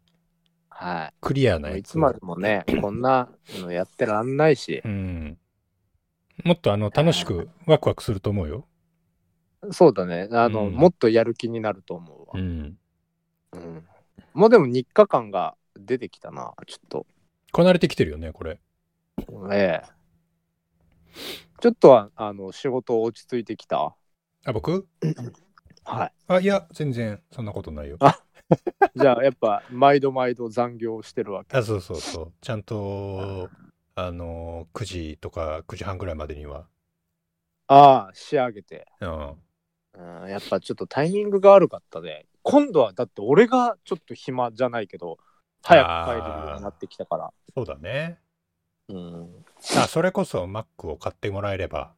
S1: はい。
S2: クリア
S1: も
S2: な
S1: う
S2: や
S1: い
S2: つ。
S1: つまでもね、こんなのやってらんないし。
S2: うん。もっとあの、楽しく、ワクワクすると思うよ。
S1: そうだね。あの、
S2: うん
S1: もっとやる気になると思う
S2: う
S1: わ。
S2: ん。
S1: うん。もうでも日課感が出てきたな、ちょっと。
S2: こなれてきてるよね、これ。
S1: ええ。ちょっとは、あの、仕事落ち着いてきた。
S2: あ、僕
S1: はい。
S2: あ、いや、全然、そんなことないよ。
S1: あじゃあ、やっぱ、毎度毎度残業してるわけ。
S2: あ、そうそうそう。ちゃんと、あの、9時とか9時半ぐらいまでには。
S1: ああ、仕上げて。
S2: うん。
S1: うん、やっぱちょっとタイミングが悪かったで。今度は、だって俺がちょっと暇じゃないけど、早く帰れるようになってきたから。
S2: そうだね。
S1: うん。
S2: あ、それこそ Mac を買ってもらえれば、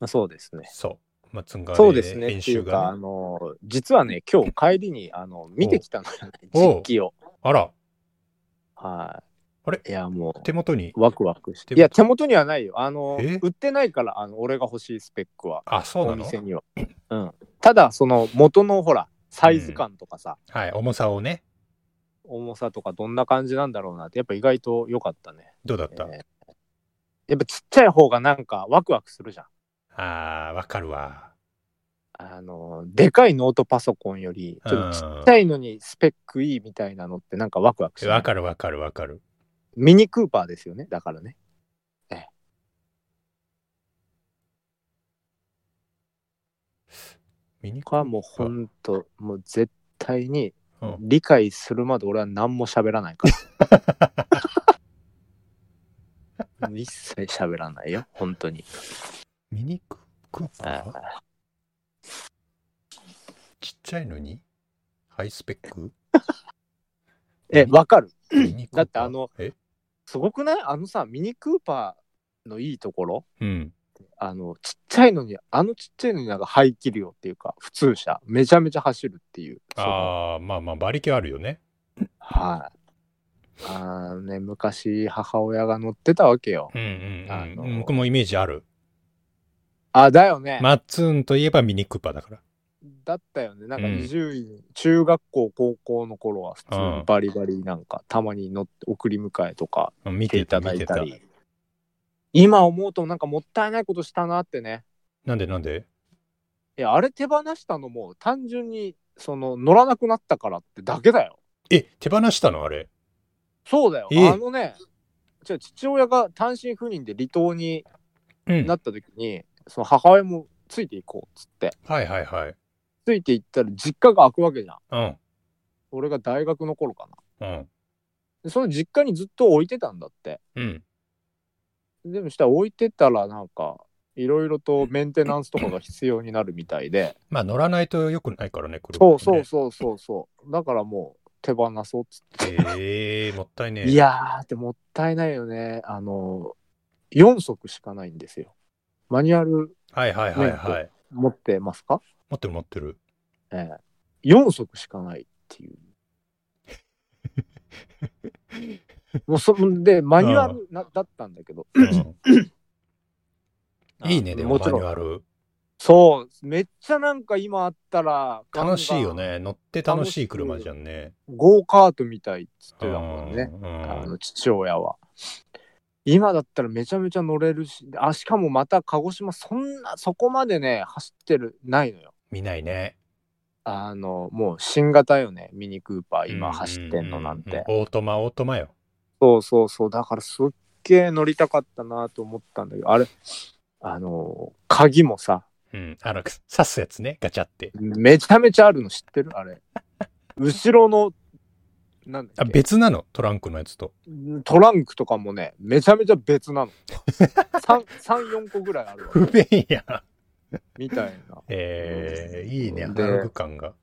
S1: まあ、そうですね。
S2: そう。まあ、つんが
S1: そうですね。
S2: 練
S1: ってい
S2: 習
S1: うか、
S2: が、
S1: あ
S2: ね。
S1: の、実はね、今日帰りに、あの、見てきたのよね、
S2: おう
S1: 実機を。
S2: あら、
S1: はい。
S2: あれ
S1: いや、も
S2: 手元に
S1: う、。ワクワクして。
S2: 手元
S1: いや、手元にはないよ。あの
S2: え、
S1: 売ってないから、あの、俺が欲しいスペックは、
S2: あ、そう
S1: お
S2: なの
S1: 店には。うん。ただ、その、元の、ほら、サイズ感とかさ、
S2: はい、重さをね。
S1: 重さとか、どんな感じなんだろうなって、やっぱ意外と良かったね。
S2: どうだった、
S1: えーやっぱちっちゃい方がなんかワクワクするじゃん。
S2: あー、わかるわ。
S1: あの、でかいノートパソコンより、ちょっとちっちゃいのにスペックいいみたいなのってなんかワクワクする。
S2: わかるわかるわかる。
S1: ミニクーパーですよね、だからね。
S2: ミニ
S1: これはもうほんと、もう絶対に
S2: うん
S1: 理解するまで俺は何も喋らないから。一切喋らないよ、本当に。
S2: ミニククーパ
S1: あ
S2: ーちっちゃいのにハイスペック
S1: え、わかる
S2: ミニクーパー
S1: だってあの、
S2: え
S1: すごくないあのさ、ミニクーパーのいいところ
S2: うん。
S1: あの、ちっちゃいのに、あのちっちゃいのになんか排気量っていうか、普通車、めちゃめちゃ走るっていう。
S2: ああ、まあまあ、馬力あるよね。
S1: はい。あのね、昔母親が乗ってたわけよ。
S2: うん
S1: あ
S2: うん
S1: の
S2: うん。僕もイメージある。
S1: あ、だよね。
S2: マッツンといえばミニクーパーだから。
S1: だったよね。なんか
S2: うん
S1: 20位、中学校、高校の頃は普通にバリバリなんか、たまに乗って送り迎えとか
S2: うん見
S1: 来て
S2: て
S1: い
S2: た、
S1: ただ
S2: 見
S1: い
S2: て
S1: た
S2: た。
S1: り。今思うとなんかもったいないことしたなってね。
S2: なんでなんで
S1: いや、あれ手放したのも単純に、その乗らなくなったからってだけだよ。
S2: え、手放したのあれ。
S1: そうだよ。
S2: ええ
S1: あのね、じゃあ父親が単身赴任で離島に
S2: うん。
S1: な
S2: は
S1: った時に、その母親もついていこうっつって、
S2: いはいはい。
S1: ついていったら実家が開くわけじゃん。
S2: うん。
S1: 俺が大学の頃かな。
S2: うん。
S1: でその実家にずっと置いてたんだって。
S2: うん。
S1: でもしたら置いてたらなんか、いろいろとメンテナンスとかが必要になるみたい で、
S2: まあ、乗らないと良くないからね、車、
S1: そ
S2: ね。
S1: うそうそうそうそう。だからもう手放そうっつっ
S2: えー、もったいね
S1: て。
S2: え。
S1: いやーってもったいないよね。あの、4足しかないんですよ。マニュアル
S2: はいはいはいはい。
S1: 持ってますか
S2: 持ってる持ってる。
S1: ええ4足しかないって いう。もうそでマニュアルなだったんだけど、
S2: うんいいね、でも
S1: も
S2: マ
S1: ち
S2: ニ
S1: ろ
S2: ュア
S1: ん
S2: ル。
S1: そうめっちゃなんか今あったらガンガン
S2: 楽しいよね。乗って楽しい車じゃんね。
S1: ゴーカートみたいっつって
S2: う
S1: たもん
S2: ん
S1: ね、あ
S2: うん
S1: の父親は。今だったらめちゃめちゃ乗れるし、あしかもまた鹿児島、そんな、そこまでね、走ってる、ないのよ。
S2: 見ないね。
S1: あの、もう新型よね、ミニクーパー、
S2: う
S1: 今走ってんのなんて。
S2: ううオートマ、オートマよ。
S1: そうそうそう、だからすっげえ乗りたかったなと思ったんだけど、あれ、あの、鍵もさ、
S2: うん。あの、刺すやつね、ガチャって。
S1: めちゃめちゃあるの知ってるあれ。後ろの、なんだ
S2: あ、
S1: っけ、
S2: 別なの、トランクのやつと。
S1: トランクとかもね、めちゃめちゃ別なの。3、4個ぐらいあるわ。
S2: 不便や。
S1: みたいな。
S2: えー、いいね、ア
S1: で
S2: ナログ感が。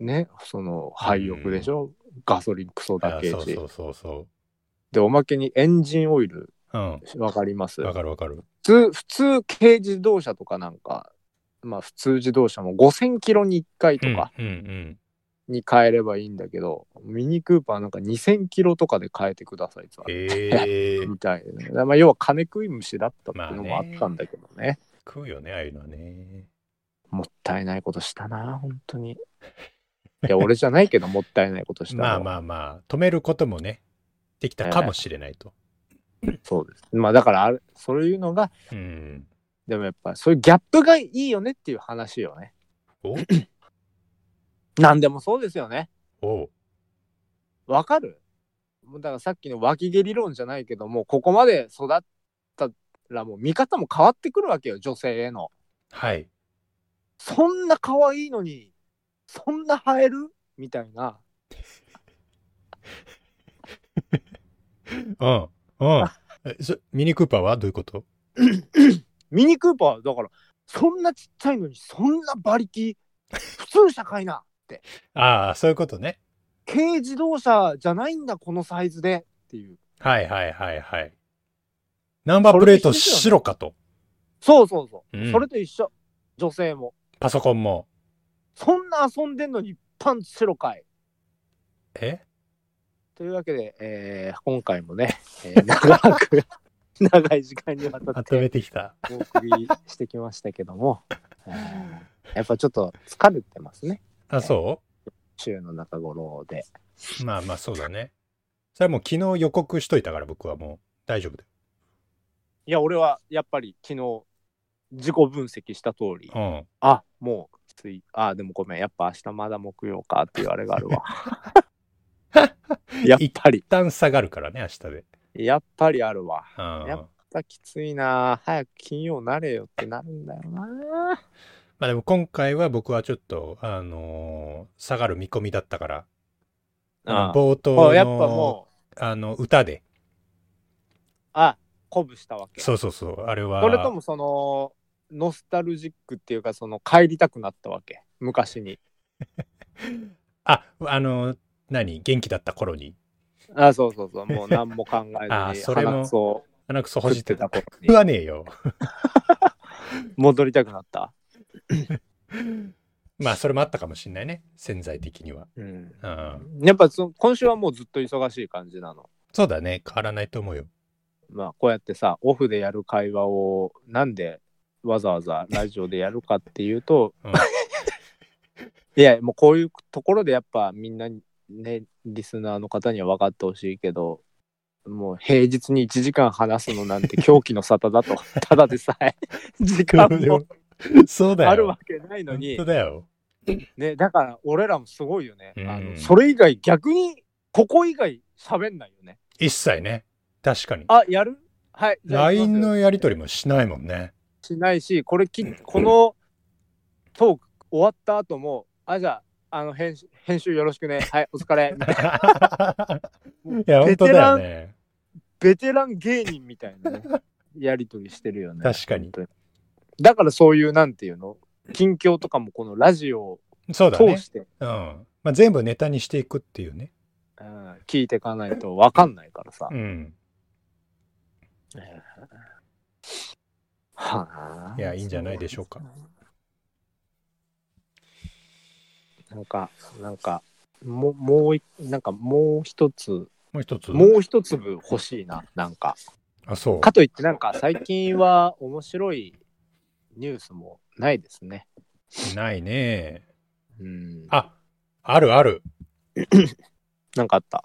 S1: ね、その廃屋でしょ、ガソリンクソだ
S2: あ
S1: けし
S2: そうそうそうそ
S1: で、おまけにエンジンオイル、
S2: う。うん。
S1: わかります
S2: わかるわかる。
S1: 普通、普通軽自動車とかなんか、まあ普通自動車も5000キロに1回とか
S2: うんうん
S1: に変えればいいんだけど、ミニクーパーなんか2000キロとかで変えてくださいって言わ
S2: うん。
S1: れ
S2: え
S1: て
S2: ー
S1: み、たいなね、だからまあ要は金食い虫だったっていうの
S2: ま
S1: も
S2: あ
S1: あ
S2: ね
S1: ったんだけどね。
S2: 食うよね、ああいうのはね。
S1: もったいないことしたな、本当に。いや、俺じゃないけ ど、もったいないことしたの
S2: まあまあまあ、止めることもね、できたかもしれないと。
S1: そうです。まあだからあれ、そういうのが、
S2: うん。
S1: でもやっぱそういうギャップがいいよねっていう話よね。
S2: お
S1: 何でもそうですよね。
S2: おう
S1: わかるもうだからさっきの脇毛理論じゃないけども、ここまで育ったらもう見方も変わってくるわけよ、女性への。
S2: はい。
S1: そんな可愛いのに、そんな生えるみたいな。
S2: うん。うん。えそミニクーパーはどういうこと
S1: ミニクーパー、だから、そんなちっちゃいのに、そんな馬力、普通車かいな。
S2: ああ、そういうことね。
S1: 軽自動車じゃないんだ、このサイズで。っていう。
S2: はいはいはいはい。ナンバープレート白かと。
S1: そうそうそう。
S2: うん
S1: それと一緒。女性も。
S2: パソコンも。
S1: そんな遊んでんのにパンツ白かい。
S2: え
S1: というわけで、えー今回もね、えー長く、長い時間にわたっ
S2: 温
S1: て
S2: めてきた。
S1: お送りしてきましたけども、えーやっぱちょっと疲れてますね、
S2: あ、そう
S1: 週の中頃で。
S2: まあまあそうだね。それはもう昨日予告しといたから僕はもう大丈夫だ
S1: いや、俺はやっぱり昨日、自己分析した通り、
S2: よ。
S1: あ、もう、つい、あ、でもごめん、やっぱ明日まだ木曜かっていうあれがある わ。やっぱり
S2: 一、旦下がるからね、明日で。
S1: やっぱりあるわ。
S2: うん
S1: やっまたきついな早く金曜なれよってなるんだよな
S2: まあでも今回は僕はちょっと、あのー下がる見込みだったから、あの冒頭
S1: も
S2: の
S1: うやっぱもう、
S2: あの歌で、
S1: あ、鼓舞したわけ。
S2: そうそうそう、あれは、
S1: それともその、ノスタルジックっていうか、その、帰りたくなったわけ。昔に。
S2: あ、あのー何元気だった頃に、
S1: あ、そうそうそう。もう何も考
S2: あ
S1: えずに、
S2: それも
S1: 鼻くそを
S2: 鼻くそほ
S1: 食
S2: じ
S1: っ
S2: って
S1: て
S2: た
S1: た頃
S2: 食
S1: に、
S2: わねえよ。
S1: 戻りたくなった。
S2: まあそれもあったかもしんないね、潜在的には。
S1: うん。
S2: うん、
S1: やっぱそ、今週はもうずっと忙しい感じなの。
S2: そうだね、変わらないと思うよ。
S1: まあ、こうやってさ、オフでやる会話を、なんでわざわざラジオでやるかっていうと、
S2: うん
S1: いや、もうこういうところでやっぱみんなにね、リスナーの方には分かってほしいけど、もう平日に1時間話すのなんて狂気の沙汰だと、ただでさ え、時間も
S2: そうだよ。
S1: あるわけないのに
S2: 本当、だよ。
S1: ね、だから俺らもすごいよね。あ
S2: うん
S1: のそれ以外、逆に、ここ以外喋んないよね。
S2: 一切ね。確かに。
S1: あ、やるはい。じゃあ行きます
S2: LINE
S1: よ
S2: のやり取りもしないもんね。
S1: しないし、これき、このトーク終わった後も、あ、じゃあ、あの編集編集よろしくね、はい、お疲 れ。
S2: いや、
S1: ベ
S2: 本当
S1: テ
S2: だ
S1: ラ
S2: よ
S1: ン、
S2: ね。
S1: ベテラン芸人みたいなね、やりとりしてるよね。
S2: 確かに
S1: 本当。だからそういう、なんていうの、近況とかもこのラジオを
S2: そうだ
S1: 通
S2: ね。
S1: して、
S2: うん。まあ、全部ネタにしていくっていうね。
S1: うん、聞いていかないと分かんないからさ
S2: う。ん。
S1: はい
S2: やいいんじゃないでしょうか。
S1: なんか、なんか、ももうい、なんかもう一つ、
S2: もう一つ。
S1: もう一粒欲しいな、なんか。
S2: あ、そう。
S1: かといって、なんか最近は面白いニュースもないですね。
S2: ないね。
S1: うん。
S2: あ、あるある。
S1: なんかあった。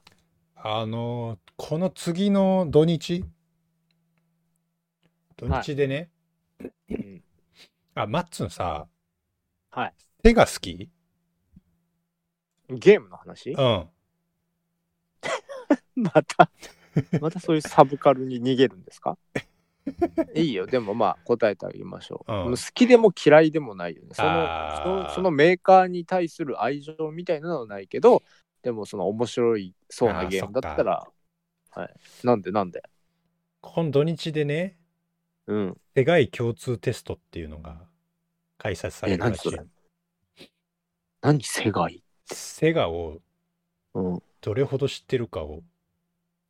S2: あのーこの次の土日土日でね、
S1: うん
S2: あ、マッツンさ、
S1: はい。
S2: 手が好き
S1: ゲームの話
S2: うん。
S1: また、またそういうサブカルに逃げるんです かいいよ、でもまあ答えてあげましょう。
S2: うん
S1: もう好きでも嫌いでもないよねその
S2: あー
S1: その。そのメーカーに対する愛情みたいなのはないけど、でもその面白いそうなゲームだったら、はい、なんでなんで
S2: この土日でね、
S1: うん。
S2: 手がい共通テストっていうのが開催され
S1: え、
S2: るら
S1: 何
S2: し
S1: そ
S2: い
S1: れ。何世界
S2: セガを
S1: うん。
S2: どれほど知ってるかを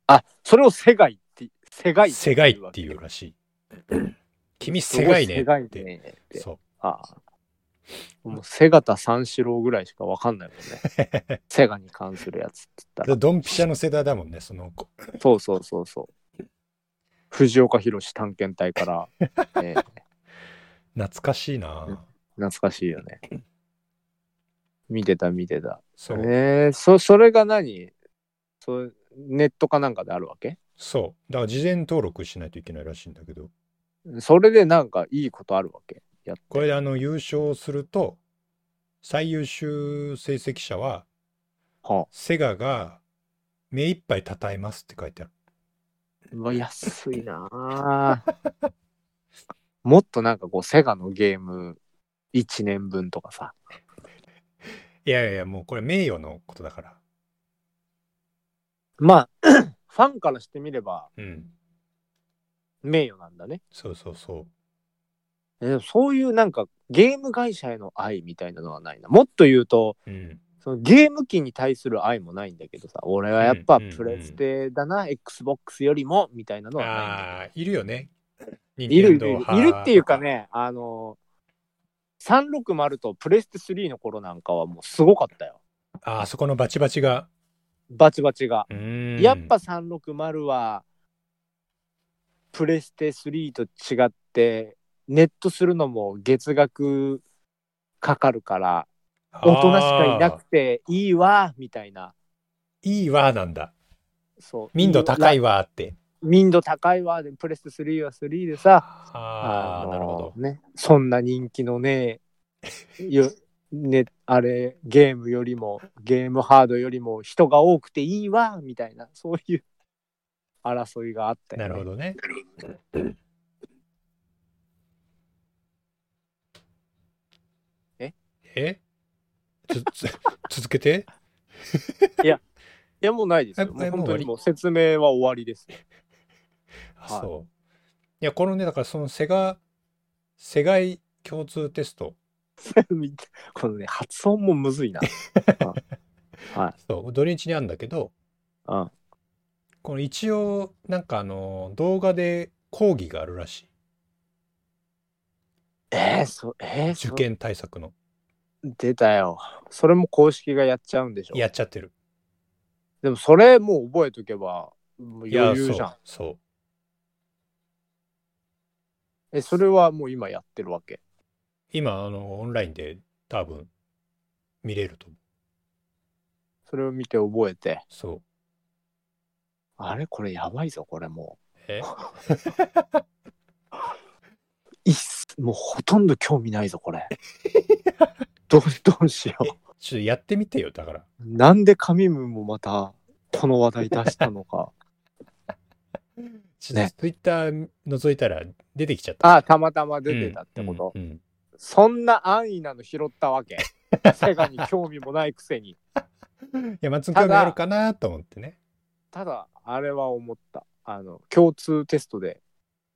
S1: あ、それを世界って、世界
S2: セガイっていうらし い。君セガイね
S1: 世界
S2: って。
S1: ねって。
S2: そ
S1: ああ。もう、セガタ三四郎ぐらいしかわかんないもん ね。セガに関するやつって言った
S2: う。
S1: ら。
S2: ドンピシャの世代だもんね、その子。
S1: そうそうそうそう。藤岡弘探検隊 から、ね、
S2: 懐かしいな。
S1: 懐かしいよね。見てた見てた。
S2: そう。
S1: えー、そ、それが何そネットかなんかであるわけ
S2: そう。だから事前登録しないといけないらしいんだけど、
S1: それでなんかいいことあるわけやって。
S2: これであの優勝すると、最優秀成績者は、
S1: は
S2: セガが目いっぱい称えますって書いてある。
S1: あ、うわ安いなあ もっとなんかこう、セガのゲーム1年分とかさ。
S2: いやいやいや、もうこれ名誉のことだから。
S1: まあ、 ファンからしてみれば
S2: うん。
S1: 名誉なんだね。
S2: そうそうそう。
S1: えでもそういうなんかゲーム会社への愛みたいなのはないな。もっと言うと、
S2: うん、
S1: そのゲーム機に対する愛もないんだけどさ、俺はやっぱ
S2: うんうんうん
S1: プレステだな、Xbox よりもみたいなのはないんだ
S2: ああ、いるよね。い
S1: いるいるいるいるっていうか。ね、あの、360とプレステ3の頃なんかはもうすごかったよ。
S2: ああ、そこのバチバチが。
S1: バチバチが。
S2: うーん
S1: やっぱ360はプレステ3と違ってネットするのも月額かかるから大人しかいな
S2: あー
S1: くていいわみたいない
S2: いわなんだ。
S1: そう
S2: 民度高
S1: い
S2: いわって。
S1: 民度高いわでプレステ3は3でさ
S2: ああ、
S1: の
S2: なるほど。
S1: ね、そんな人気のねよねあれゲームよりもゲームハードよりも人が多くていいわみたいなそういう争いがあったよね
S2: なるほどね。
S1: え
S2: えつつ 続けて
S1: いや、もうないですよ。
S2: え
S1: もう
S2: え
S1: 本
S2: もう終
S1: 当
S2: わ
S1: に
S2: り
S1: もう説明は終わり ですよ。
S2: あ
S1: はい
S2: そう。いや、このね、だからそのセガ、セガイ共通テスト。
S1: このね、発音もむずいな。
S2: そう、土日にあるんだけど、
S1: うん
S2: この一応、なんかあの、動画で講義があるらし
S1: えー、そう、え
S2: い。
S1: ー、そ
S2: 受験対策の。
S1: 出たよ。それも公式がやっちゃうんでしょ。
S2: やっちゃってる。
S1: でもそれもう覚えとけば、もう余
S2: いや
S1: 裕じゃん。
S2: そう。そう
S1: え、それはもう今やってるわけ。
S2: 今、あの、オンラインで多分、見れると思う。
S1: それを見て覚えて。
S2: そう。
S1: あれこれやばいぞ、これも
S2: え
S1: う。いっすもうほとんど興味ないぞ、こ れ。どう、どうしよう。
S2: ちょっとやってみてよ、だから。
S1: なんで神ムもまた、この話題出したの か。
S2: ちょっ
S1: ね
S2: とツイッター覗いたら出てきちゃった。
S1: ああ、たまたま出てたってこと。
S2: うんうん
S1: そんな安易なの拾ったわ け。セガに興味もないくせに。
S2: うんいや、松尾興味あるかなと思ってね。
S1: ただ、あれは思った。あの、共通テストで、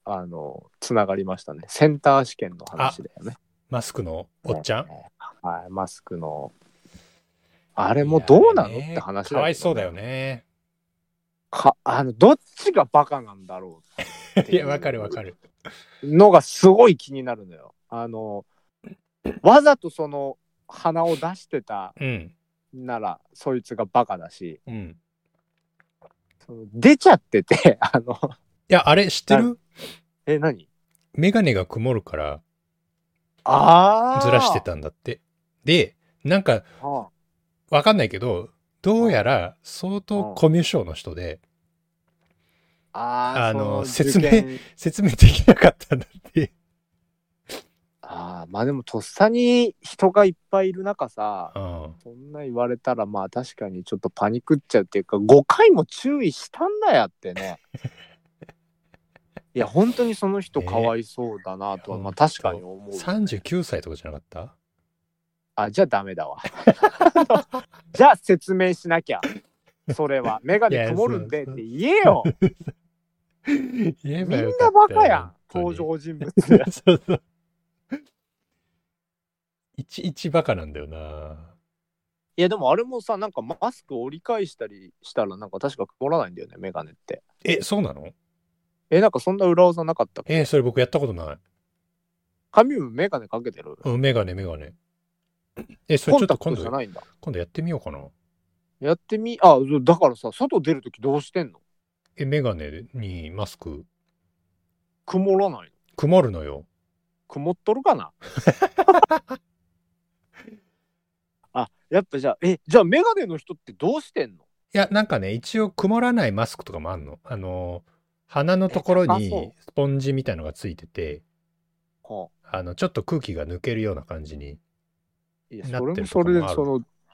S1: あの、つながりましたね。センター試験の話だよね。
S2: マスクのおっちゃん。
S1: はい、マスクの。あれもうどうなの
S2: いやね
S1: って話だけど
S2: かわいそうだよ。ね。
S1: か、あの、どっちがバカなんだろうって
S2: い
S1: い
S2: や、わかるわかる。
S1: のがすごい気になるのよ。あの、わざとその、鼻を出してた
S2: うん。
S1: ならそいつがバカだし
S2: うん。
S1: その出ちゃってて あの
S2: いや、あれ知ってる
S1: え何
S2: メガネが曇るから
S1: ああ
S2: ずらしてたんだって。で、なんか
S1: あ
S2: わかんないけど、どうやら相当コミュ障の人で
S1: あ
S2: あ
S1: ー
S2: の
S1: そ
S2: 説明
S1: 受験
S2: 説明できなかったんだって。
S1: ああまあでもとっさに人がいっぱいいる中さ
S2: うん。
S1: そんな言われたらまあ確かにちょっとパニックっちゃうっていうか5回も注意したんだやって ねいや本当にその人かわいそうだなとは、
S2: ね
S1: まあ確かに思う
S2: 39歳とかじゃなか った
S1: あじゃあダメだわじゃあ説明しなきゃそれは眼
S2: い
S1: 鏡
S2: や
S1: 曇るんでって言えよ
S2: 言え
S1: み
S2: ば
S1: ん
S2: よ
S1: な
S2: かったよ
S1: バカやん登
S2: 本当
S1: 場
S2: に
S1: 人物
S2: そうそう。いちいちバカなんだよな。
S1: いやでもあれもさなんかマスク折り返したりしたらなんか確か曇らないんだよね眼鏡って
S2: え、そうなの
S1: えなんかそんな裏技なかったっけ
S2: えーそれ僕やったことない。
S1: 髪も眼鏡かけてる
S2: うん、メガネ、メガネ。え、それ
S1: コ
S2: ちょ
S1: ン
S2: っ
S1: タ
S2: と
S1: ク
S2: 今
S1: トじゃ
S2: 度、
S1: ないんだ
S2: 今度やってみようかな。
S1: やってみあそうだからさ外出るときどうしてんの
S2: え、メガネにマスク、
S1: 曇らないの
S2: 曇るのよ。
S1: 曇っとるか なあやっぱじゃあえじゃあ眼鏡の人ってどうしてんの
S2: いや、なんかね、一応曇らないマスクとかもあんの。あの、鼻のところ
S1: えあそ
S2: に
S1: う
S2: スポンジみたいのがついてて、
S1: は
S2: あの、ちょっと空気が抜けるような感じに。
S1: あ、いや
S2: な
S1: そ
S2: っ
S1: れ
S2: て
S1: も
S2: るとこ
S1: そ
S2: も
S1: れで
S2: ある
S1: そ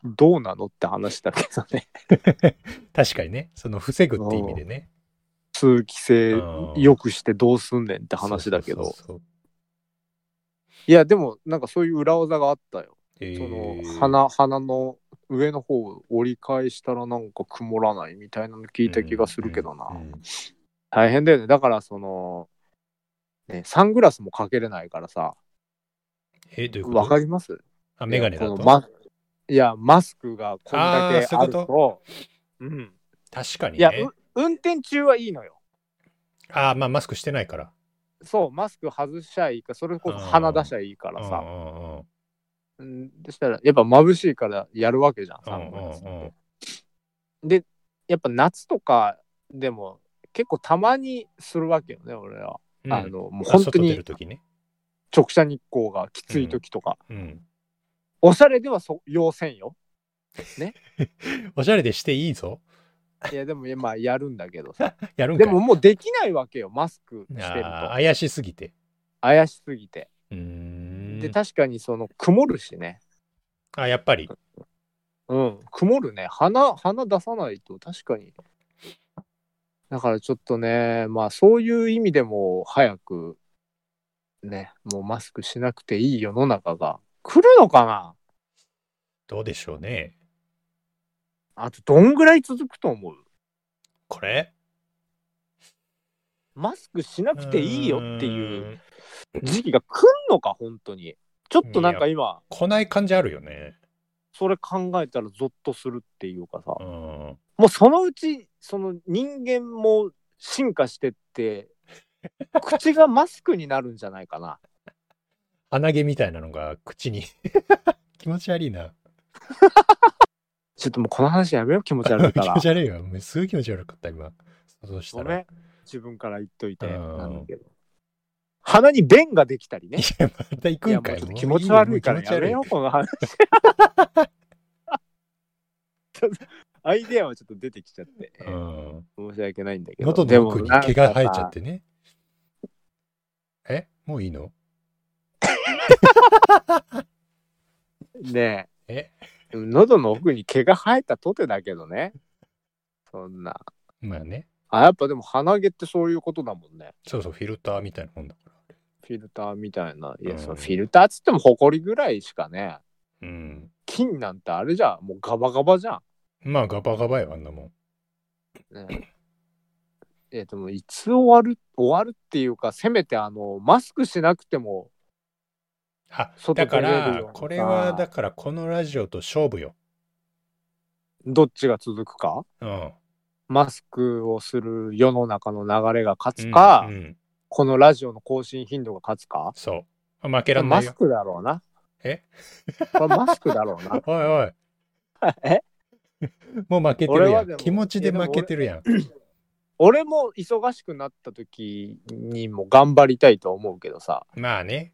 S1: のどうなのって話だけどね
S2: 確かにね、その防ぐって意味でね。
S1: 通気性
S2: うん
S1: 良くしてどうすんねんって話だけど
S2: そうそうそうそう
S1: いやでもなんかそういう裏技があったよ、
S2: え
S1: その
S2: ー
S1: 鼻鼻の上の方を折り返したらなんか曇らないみたいなの聞いた気がするけどな、
S2: うんうんうん
S1: 大変だよねだからそのねサングラスもかけれないからさ
S2: え、どういうこと
S1: わかります
S2: あ、メガネだ
S1: いや
S2: と。
S1: このマいやマスクがこんだけ
S2: あーそう
S1: あ
S2: いう
S1: る
S2: こと
S1: とうん
S2: 確かに
S1: いや、
S2: ね
S1: う。運転中はいいのよ
S2: あーまあマスクしてないから。
S1: そうマスク外しちゃいいかそれこそ鼻出しちゃいいから
S2: う
S1: さ、
S2: んうんうん
S1: うん、そしたらやっぱ眩しいからやるわけじゃんサングラスって、
S2: うんうんうん
S1: でやっぱ夏とかでも結構たまにするわけよね俺は、
S2: うん
S1: あのもう本当
S2: 外出る
S1: に
S2: 時ね。
S1: 直射日光がきつい時とか、
S2: うん。
S1: おしゃれではそ要せんよ
S2: おしゃれでしていいぞ。
S1: いやでもまあやるんだけ どさ
S2: やるんか
S1: で
S2: い
S1: ももうできないわけよマスクしてると
S2: あー怪しすぎて。
S1: 怪しすぎて
S2: うーん
S1: で確かにその曇るしね
S2: あ、やっぱり。
S1: うん曇るね鼻鼻出さないと確かにだからちょっとねまあそういう意味でも早くねもうマスクしなくていい世の中が来るのかな
S2: どうでしょうね。
S1: あとどんぐらい続くと思う
S2: これ
S1: マスクしなくていいよっていう
S2: ーん。
S1: 時期が来んのか本当にちょっとなんか今
S2: 来ない感じあるよね。
S1: それ考えたらゾッとするっていうかさ、
S2: うん。
S1: もうそのうちその人間も進化してって口がマスクになるんじゃないかな
S2: 鼻毛みたいなのが口に。 気持ち悪いな。
S1: ちょっともうこの話やめよう気持ち悪い
S2: 気
S1: から
S2: 持ち悪いわ。もうすごい気持ち悪かった、今。そうした
S1: ご
S2: ら。
S1: め
S2: い
S1: ん自分から言っといて
S2: うん
S1: なんだけど鼻に便ができたりね
S2: や、また行く
S1: いや
S2: ん
S1: も
S2: か
S1: う
S2: い。
S1: ちょっと
S2: もう
S1: 気持ち悪いから
S2: もう気持ち
S1: や
S2: 悪
S1: め
S2: い
S1: ようこの話 ちょっとアイデアはちょっと出てきちゃって、
S2: うん。
S1: 申し訳ないんだけど
S2: 喉
S1: で
S2: の
S1: も
S2: 奥に
S1: なんか
S2: 毛が生えちゃ
S1: さ
S2: ってね。えもういいの
S1: ね
S2: え
S1: え喉の奥に毛が生えたとてだけどねそんな
S2: まあね。
S1: あやっぱでも鼻毛ってそういうことだもんね
S2: そうそう、フィルターみたいなもんだから。
S1: フィルターみたいない
S2: うん
S1: やそのフィルターっつってもホコリぐらいしかね
S2: うん。
S1: 金なんてあれじゃんもうガバガバじゃ
S2: まあ、ガバガバよ、あんなもん。
S1: ん、ね、えでもいつ終わる終わるっていうかせめてあのマスクしなくても
S2: あ、
S1: 外
S2: だか
S1: 出れる
S2: ら
S1: よ、
S2: これは、だから、このラジオと勝負よ。
S1: どっちが続くか
S2: うん。
S1: マスクをする世の中の流れが勝つか、
S2: うんうん
S1: このラジオの更新頻度が勝つか
S2: そう。負けらんな
S1: マ
S2: い
S1: ス
S2: よ。。
S1: クだろうなこれマスクだろうな
S2: おいおい。
S1: え
S2: もう負けてる
S1: 俺
S2: や
S1: は
S2: ん
S1: で。も
S2: 気持ちで負けてるやん。
S1: 俺も忙しくなった時にも頑張りたいとは思うけどさ。
S2: まあね。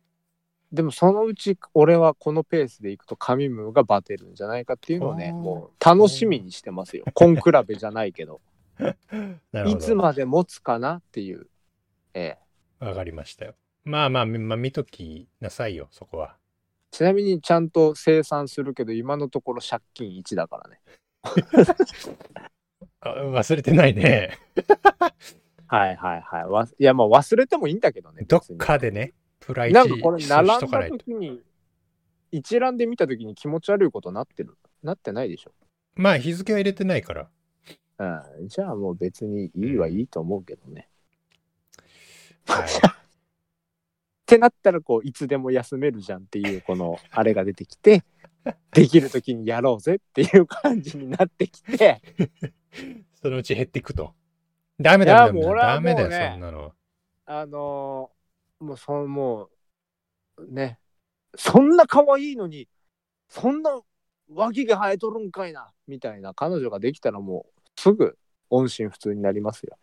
S1: でもそのうち俺はこのペースでいくと神ムがバテるんじゃないかっていうのをね、
S2: おー
S1: もう楽しみにしてます よ。根比べじゃないけど。
S2: なるほ
S1: い
S2: ど。
S1: つまで持つかなっていう。ええ。
S2: わかりましたよ。まあまあ、みまあ、見ときなさいよ、そこは。
S1: ちなみにちゃんと生産するけど、今のところ借金1だからね。
S2: あ忘れてな いね。
S1: はいはいはい。わいや、まあ忘れてもいいんだけどね。
S2: どっ
S1: 別に
S2: かでね、プライチ
S1: なんかこれ
S2: し
S1: 並ん
S2: とかな
S1: だ
S2: いと。
S1: 時に一覧で見た時に気持ち悪いことなってるなってないでしょ、
S2: まあ、日付は入れてないから。
S1: うん、じゃあもう別にいいはいいと思うけどね、っ
S2: はい、
S1: てなったらこういつでも休めるじゃんっていうこのあれが出てき てできる時にやろうぜっていう感じになってきて
S2: そのうち減っていくと。ダメだ、ダメ
S1: いやもう俺
S2: だ、
S1: は
S2: ダメだ
S1: もうね
S2: よ、そんなのは。
S1: あのーもうそのもうねそんな可愛いのにそんな脇毛生えとるんかいなみたいな彼女ができたらもうすぐ音信不通になりますよ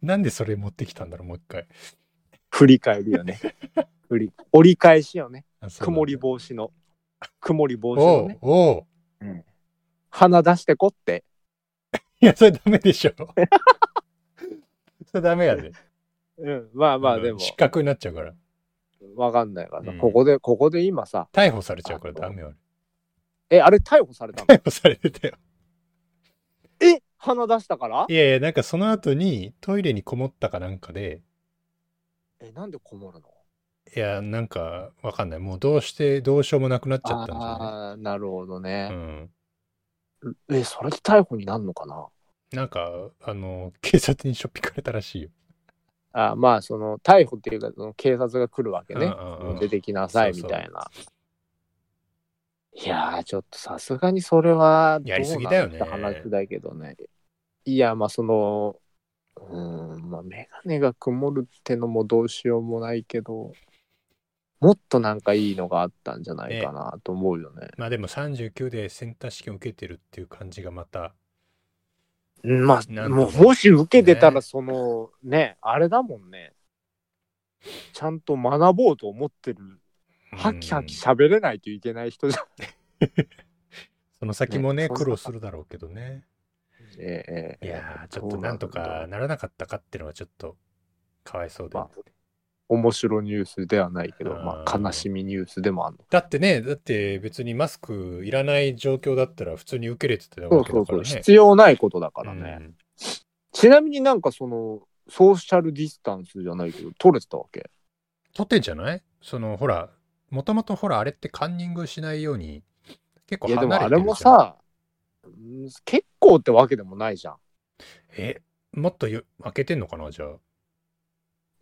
S2: なんでそれ持ってきたんだろう、もう一回。
S1: 振り返るよ ね。振り折り返しよね。
S2: あそうなんだ
S1: 曇り防止の。曇り防止
S2: お
S1: の
S2: う
S1: ね。
S2: おう
S1: 鼻出してこって。
S2: いや、それダメでしょ。 それダメやで。
S1: うん、 まあまあでも、
S2: 失格になっちゃうから。
S1: わかんないからさ、
S2: うん
S1: ここで、ここで今さ、
S2: 逮捕されちゃうからダメよ。
S1: え、あれ逮捕されたの
S2: 逮捕されてたよ。
S1: え鼻出したから
S2: いやいや、なんかその後にトイレにこもったかなんかで、
S1: え、なんでこもるの
S2: いや、なんかわかんない。もうどうして、どうしようもなくなっちゃったんで
S1: ああー、なるほど
S2: すよ
S1: ね。
S2: ね。
S1: え、それで逮捕になるのかな
S2: うん。なんか、あの、警察にしょっぴかれたらしいよ。
S1: あーまあ、その、逮捕っていうか、その警察が来るわけね。
S2: うんうんうん
S1: もう出てきなさい、
S2: そ
S1: み
S2: うそう
S1: たいな。いやー、ちょっとさすがにそれは、
S2: やりすぎだよね
S1: どうなんて話だけどね。いや、まあその、うーん、まあメガネが曇るってのもどうしようもないけど、もっとなんかいいのがあったんじゃないかなと思うよね。
S2: まあでも39でセンター試験受けてるっていう感じがまた、
S1: うんま
S2: な
S1: あ、
S2: んと
S1: も
S2: も
S1: うもし受けてた
S2: ね
S1: ら、その、ね、あれだもんね。ちゃんと学ぼうと思ってるハキハキ
S2: うん
S1: 喋れないといけない人じ ゃん。
S2: その先もね、
S1: ねそんな
S2: 苦労するだろうけどね。
S1: ええ
S2: いやー、ちょっとなんとか。ならなかったかっていうのはちょっと、かわいそうで。
S1: まあ面白ニュースではないけど、ま
S2: う
S1: あ
S2: ん
S1: 悲しみニュースでもあるの。
S2: だってね、だって別にマスクいらない状況だったら普通に受け入れてた
S1: そ
S2: わ
S1: う
S2: け
S1: そ
S2: だ
S1: う
S2: か
S1: そ
S2: ら
S1: う、
S2: ね。
S1: 必要ないことだからね。
S2: うん
S1: ちなみになんかその、ソーシャルディスタンスじゃないけど、取れてたわけ。
S2: 取ってんじゃないそのほら、もともとほらあれってカンニングしないように結構
S1: いや、
S2: 離
S1: で
S2: れてる
S1: も
S2: じゃん
S1: あれも、さ、うん結構ってわけでもないじゃん
S2: え、もっとよ開けてんのかなじゃあ。
S1: い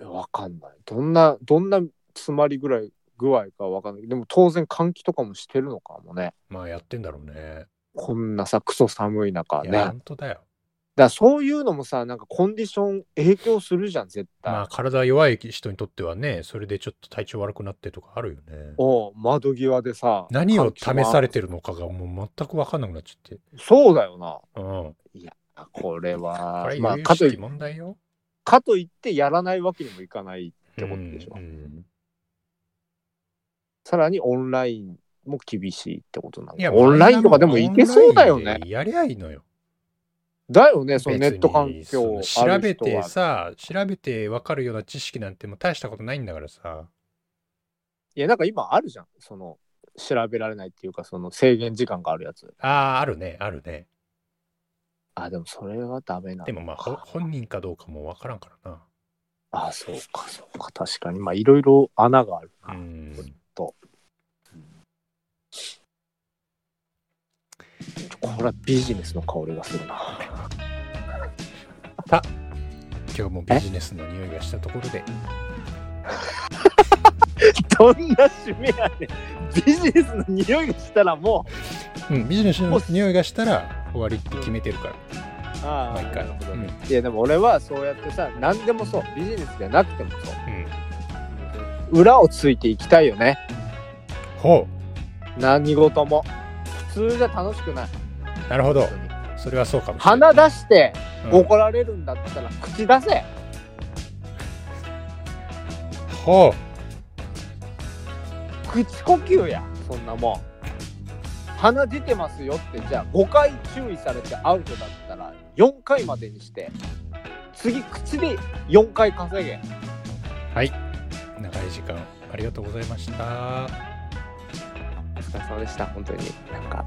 S1: や。わかんない。どんな、どんな詰まりぐらい、具合かわかんない。でも当然換気とかもしてるのかもね。
S2: まあやってんだろうね。
S1: こんなさ、クソ寒い中
S2: い
S1: ね。
S2: や、本当だよ。
S1: だからそういうのもさなんかコンディション影響するじゃん絶対、
S2: まあ体弱い人にとってはね、それでちょっと体調悪くなってとかあるよね。
S1: おう窓際でさ
S2: 何を試され
S1: て
S2: てるのかがもう全く分かんなくなっちゃって。
S1: そうだよな
S2: うん。
S1: あこれは
S2: これ、
S1: まあ
S2: 有
S1: かと
S2: 識
S1: い
S2: 問題よ。
S1: かといってやらないわけにもいかないってことでしょ、
S2: うんうん
S1: さらにオンラインも厳しいってことなの
S2: いや
S1: オンラインとかでもいけそうだよ
S2: オンライ
S1: ね
S2: ンでやりゃいいのよ。
S1: だよねそのネ
S2: 別に
S1: ット環境
S2: そ
S1: あ
S2: の調
S1: る
S2: べ
S1: 人
S2: て
S1: は
S2: さ、調べて分かるような知識なんてもう大したことないんだからさ。
S1: いやなんか今あるじゃんその調べられないっていうかその制限時間があるやつ
S2: ああ、あるね、あるね。
S1: あでもそれはダメなのか
S2: でもまあ、ほ本人かどうかも分からんからな。
S1: あそうかそうか確かにまあいろいろ穴があるな、
S2: うん。
S1: これはビジネスの香りがするな。
S2: 今日もビジネスの匂いがしたところで、
S1: どんな趣味やねん。ビジネスの匂いがしたらもう。
S2: うん、ビジネスの匂いがしたら終わりって決めてるから、
S1: あ
S2: 毎回。
S1: なるほど
S2: うん
S1: ねいやでも俺はそうやってさ、何でもそう、ビジネスじゃなくてもそう、
S2: うん
S1: 裏をついていきたいよね
S2: ほ。
S1: 何事も普通じゃ楽しくないう
S2: なるほど。それはそうかもしれない。
S1: 鼻出して
S2: うん
S1: 怒られるんだったら口出せ、
S2: ほ
S1: 口呼吸やそんなもん鼻出てますよってじゃあ5回注意されてアウトだったら4回までにして次口で4回稼げ
S2: う。はい。長い時間ありがとうございました。
S3: お疲れ様でした、本当に。なんか、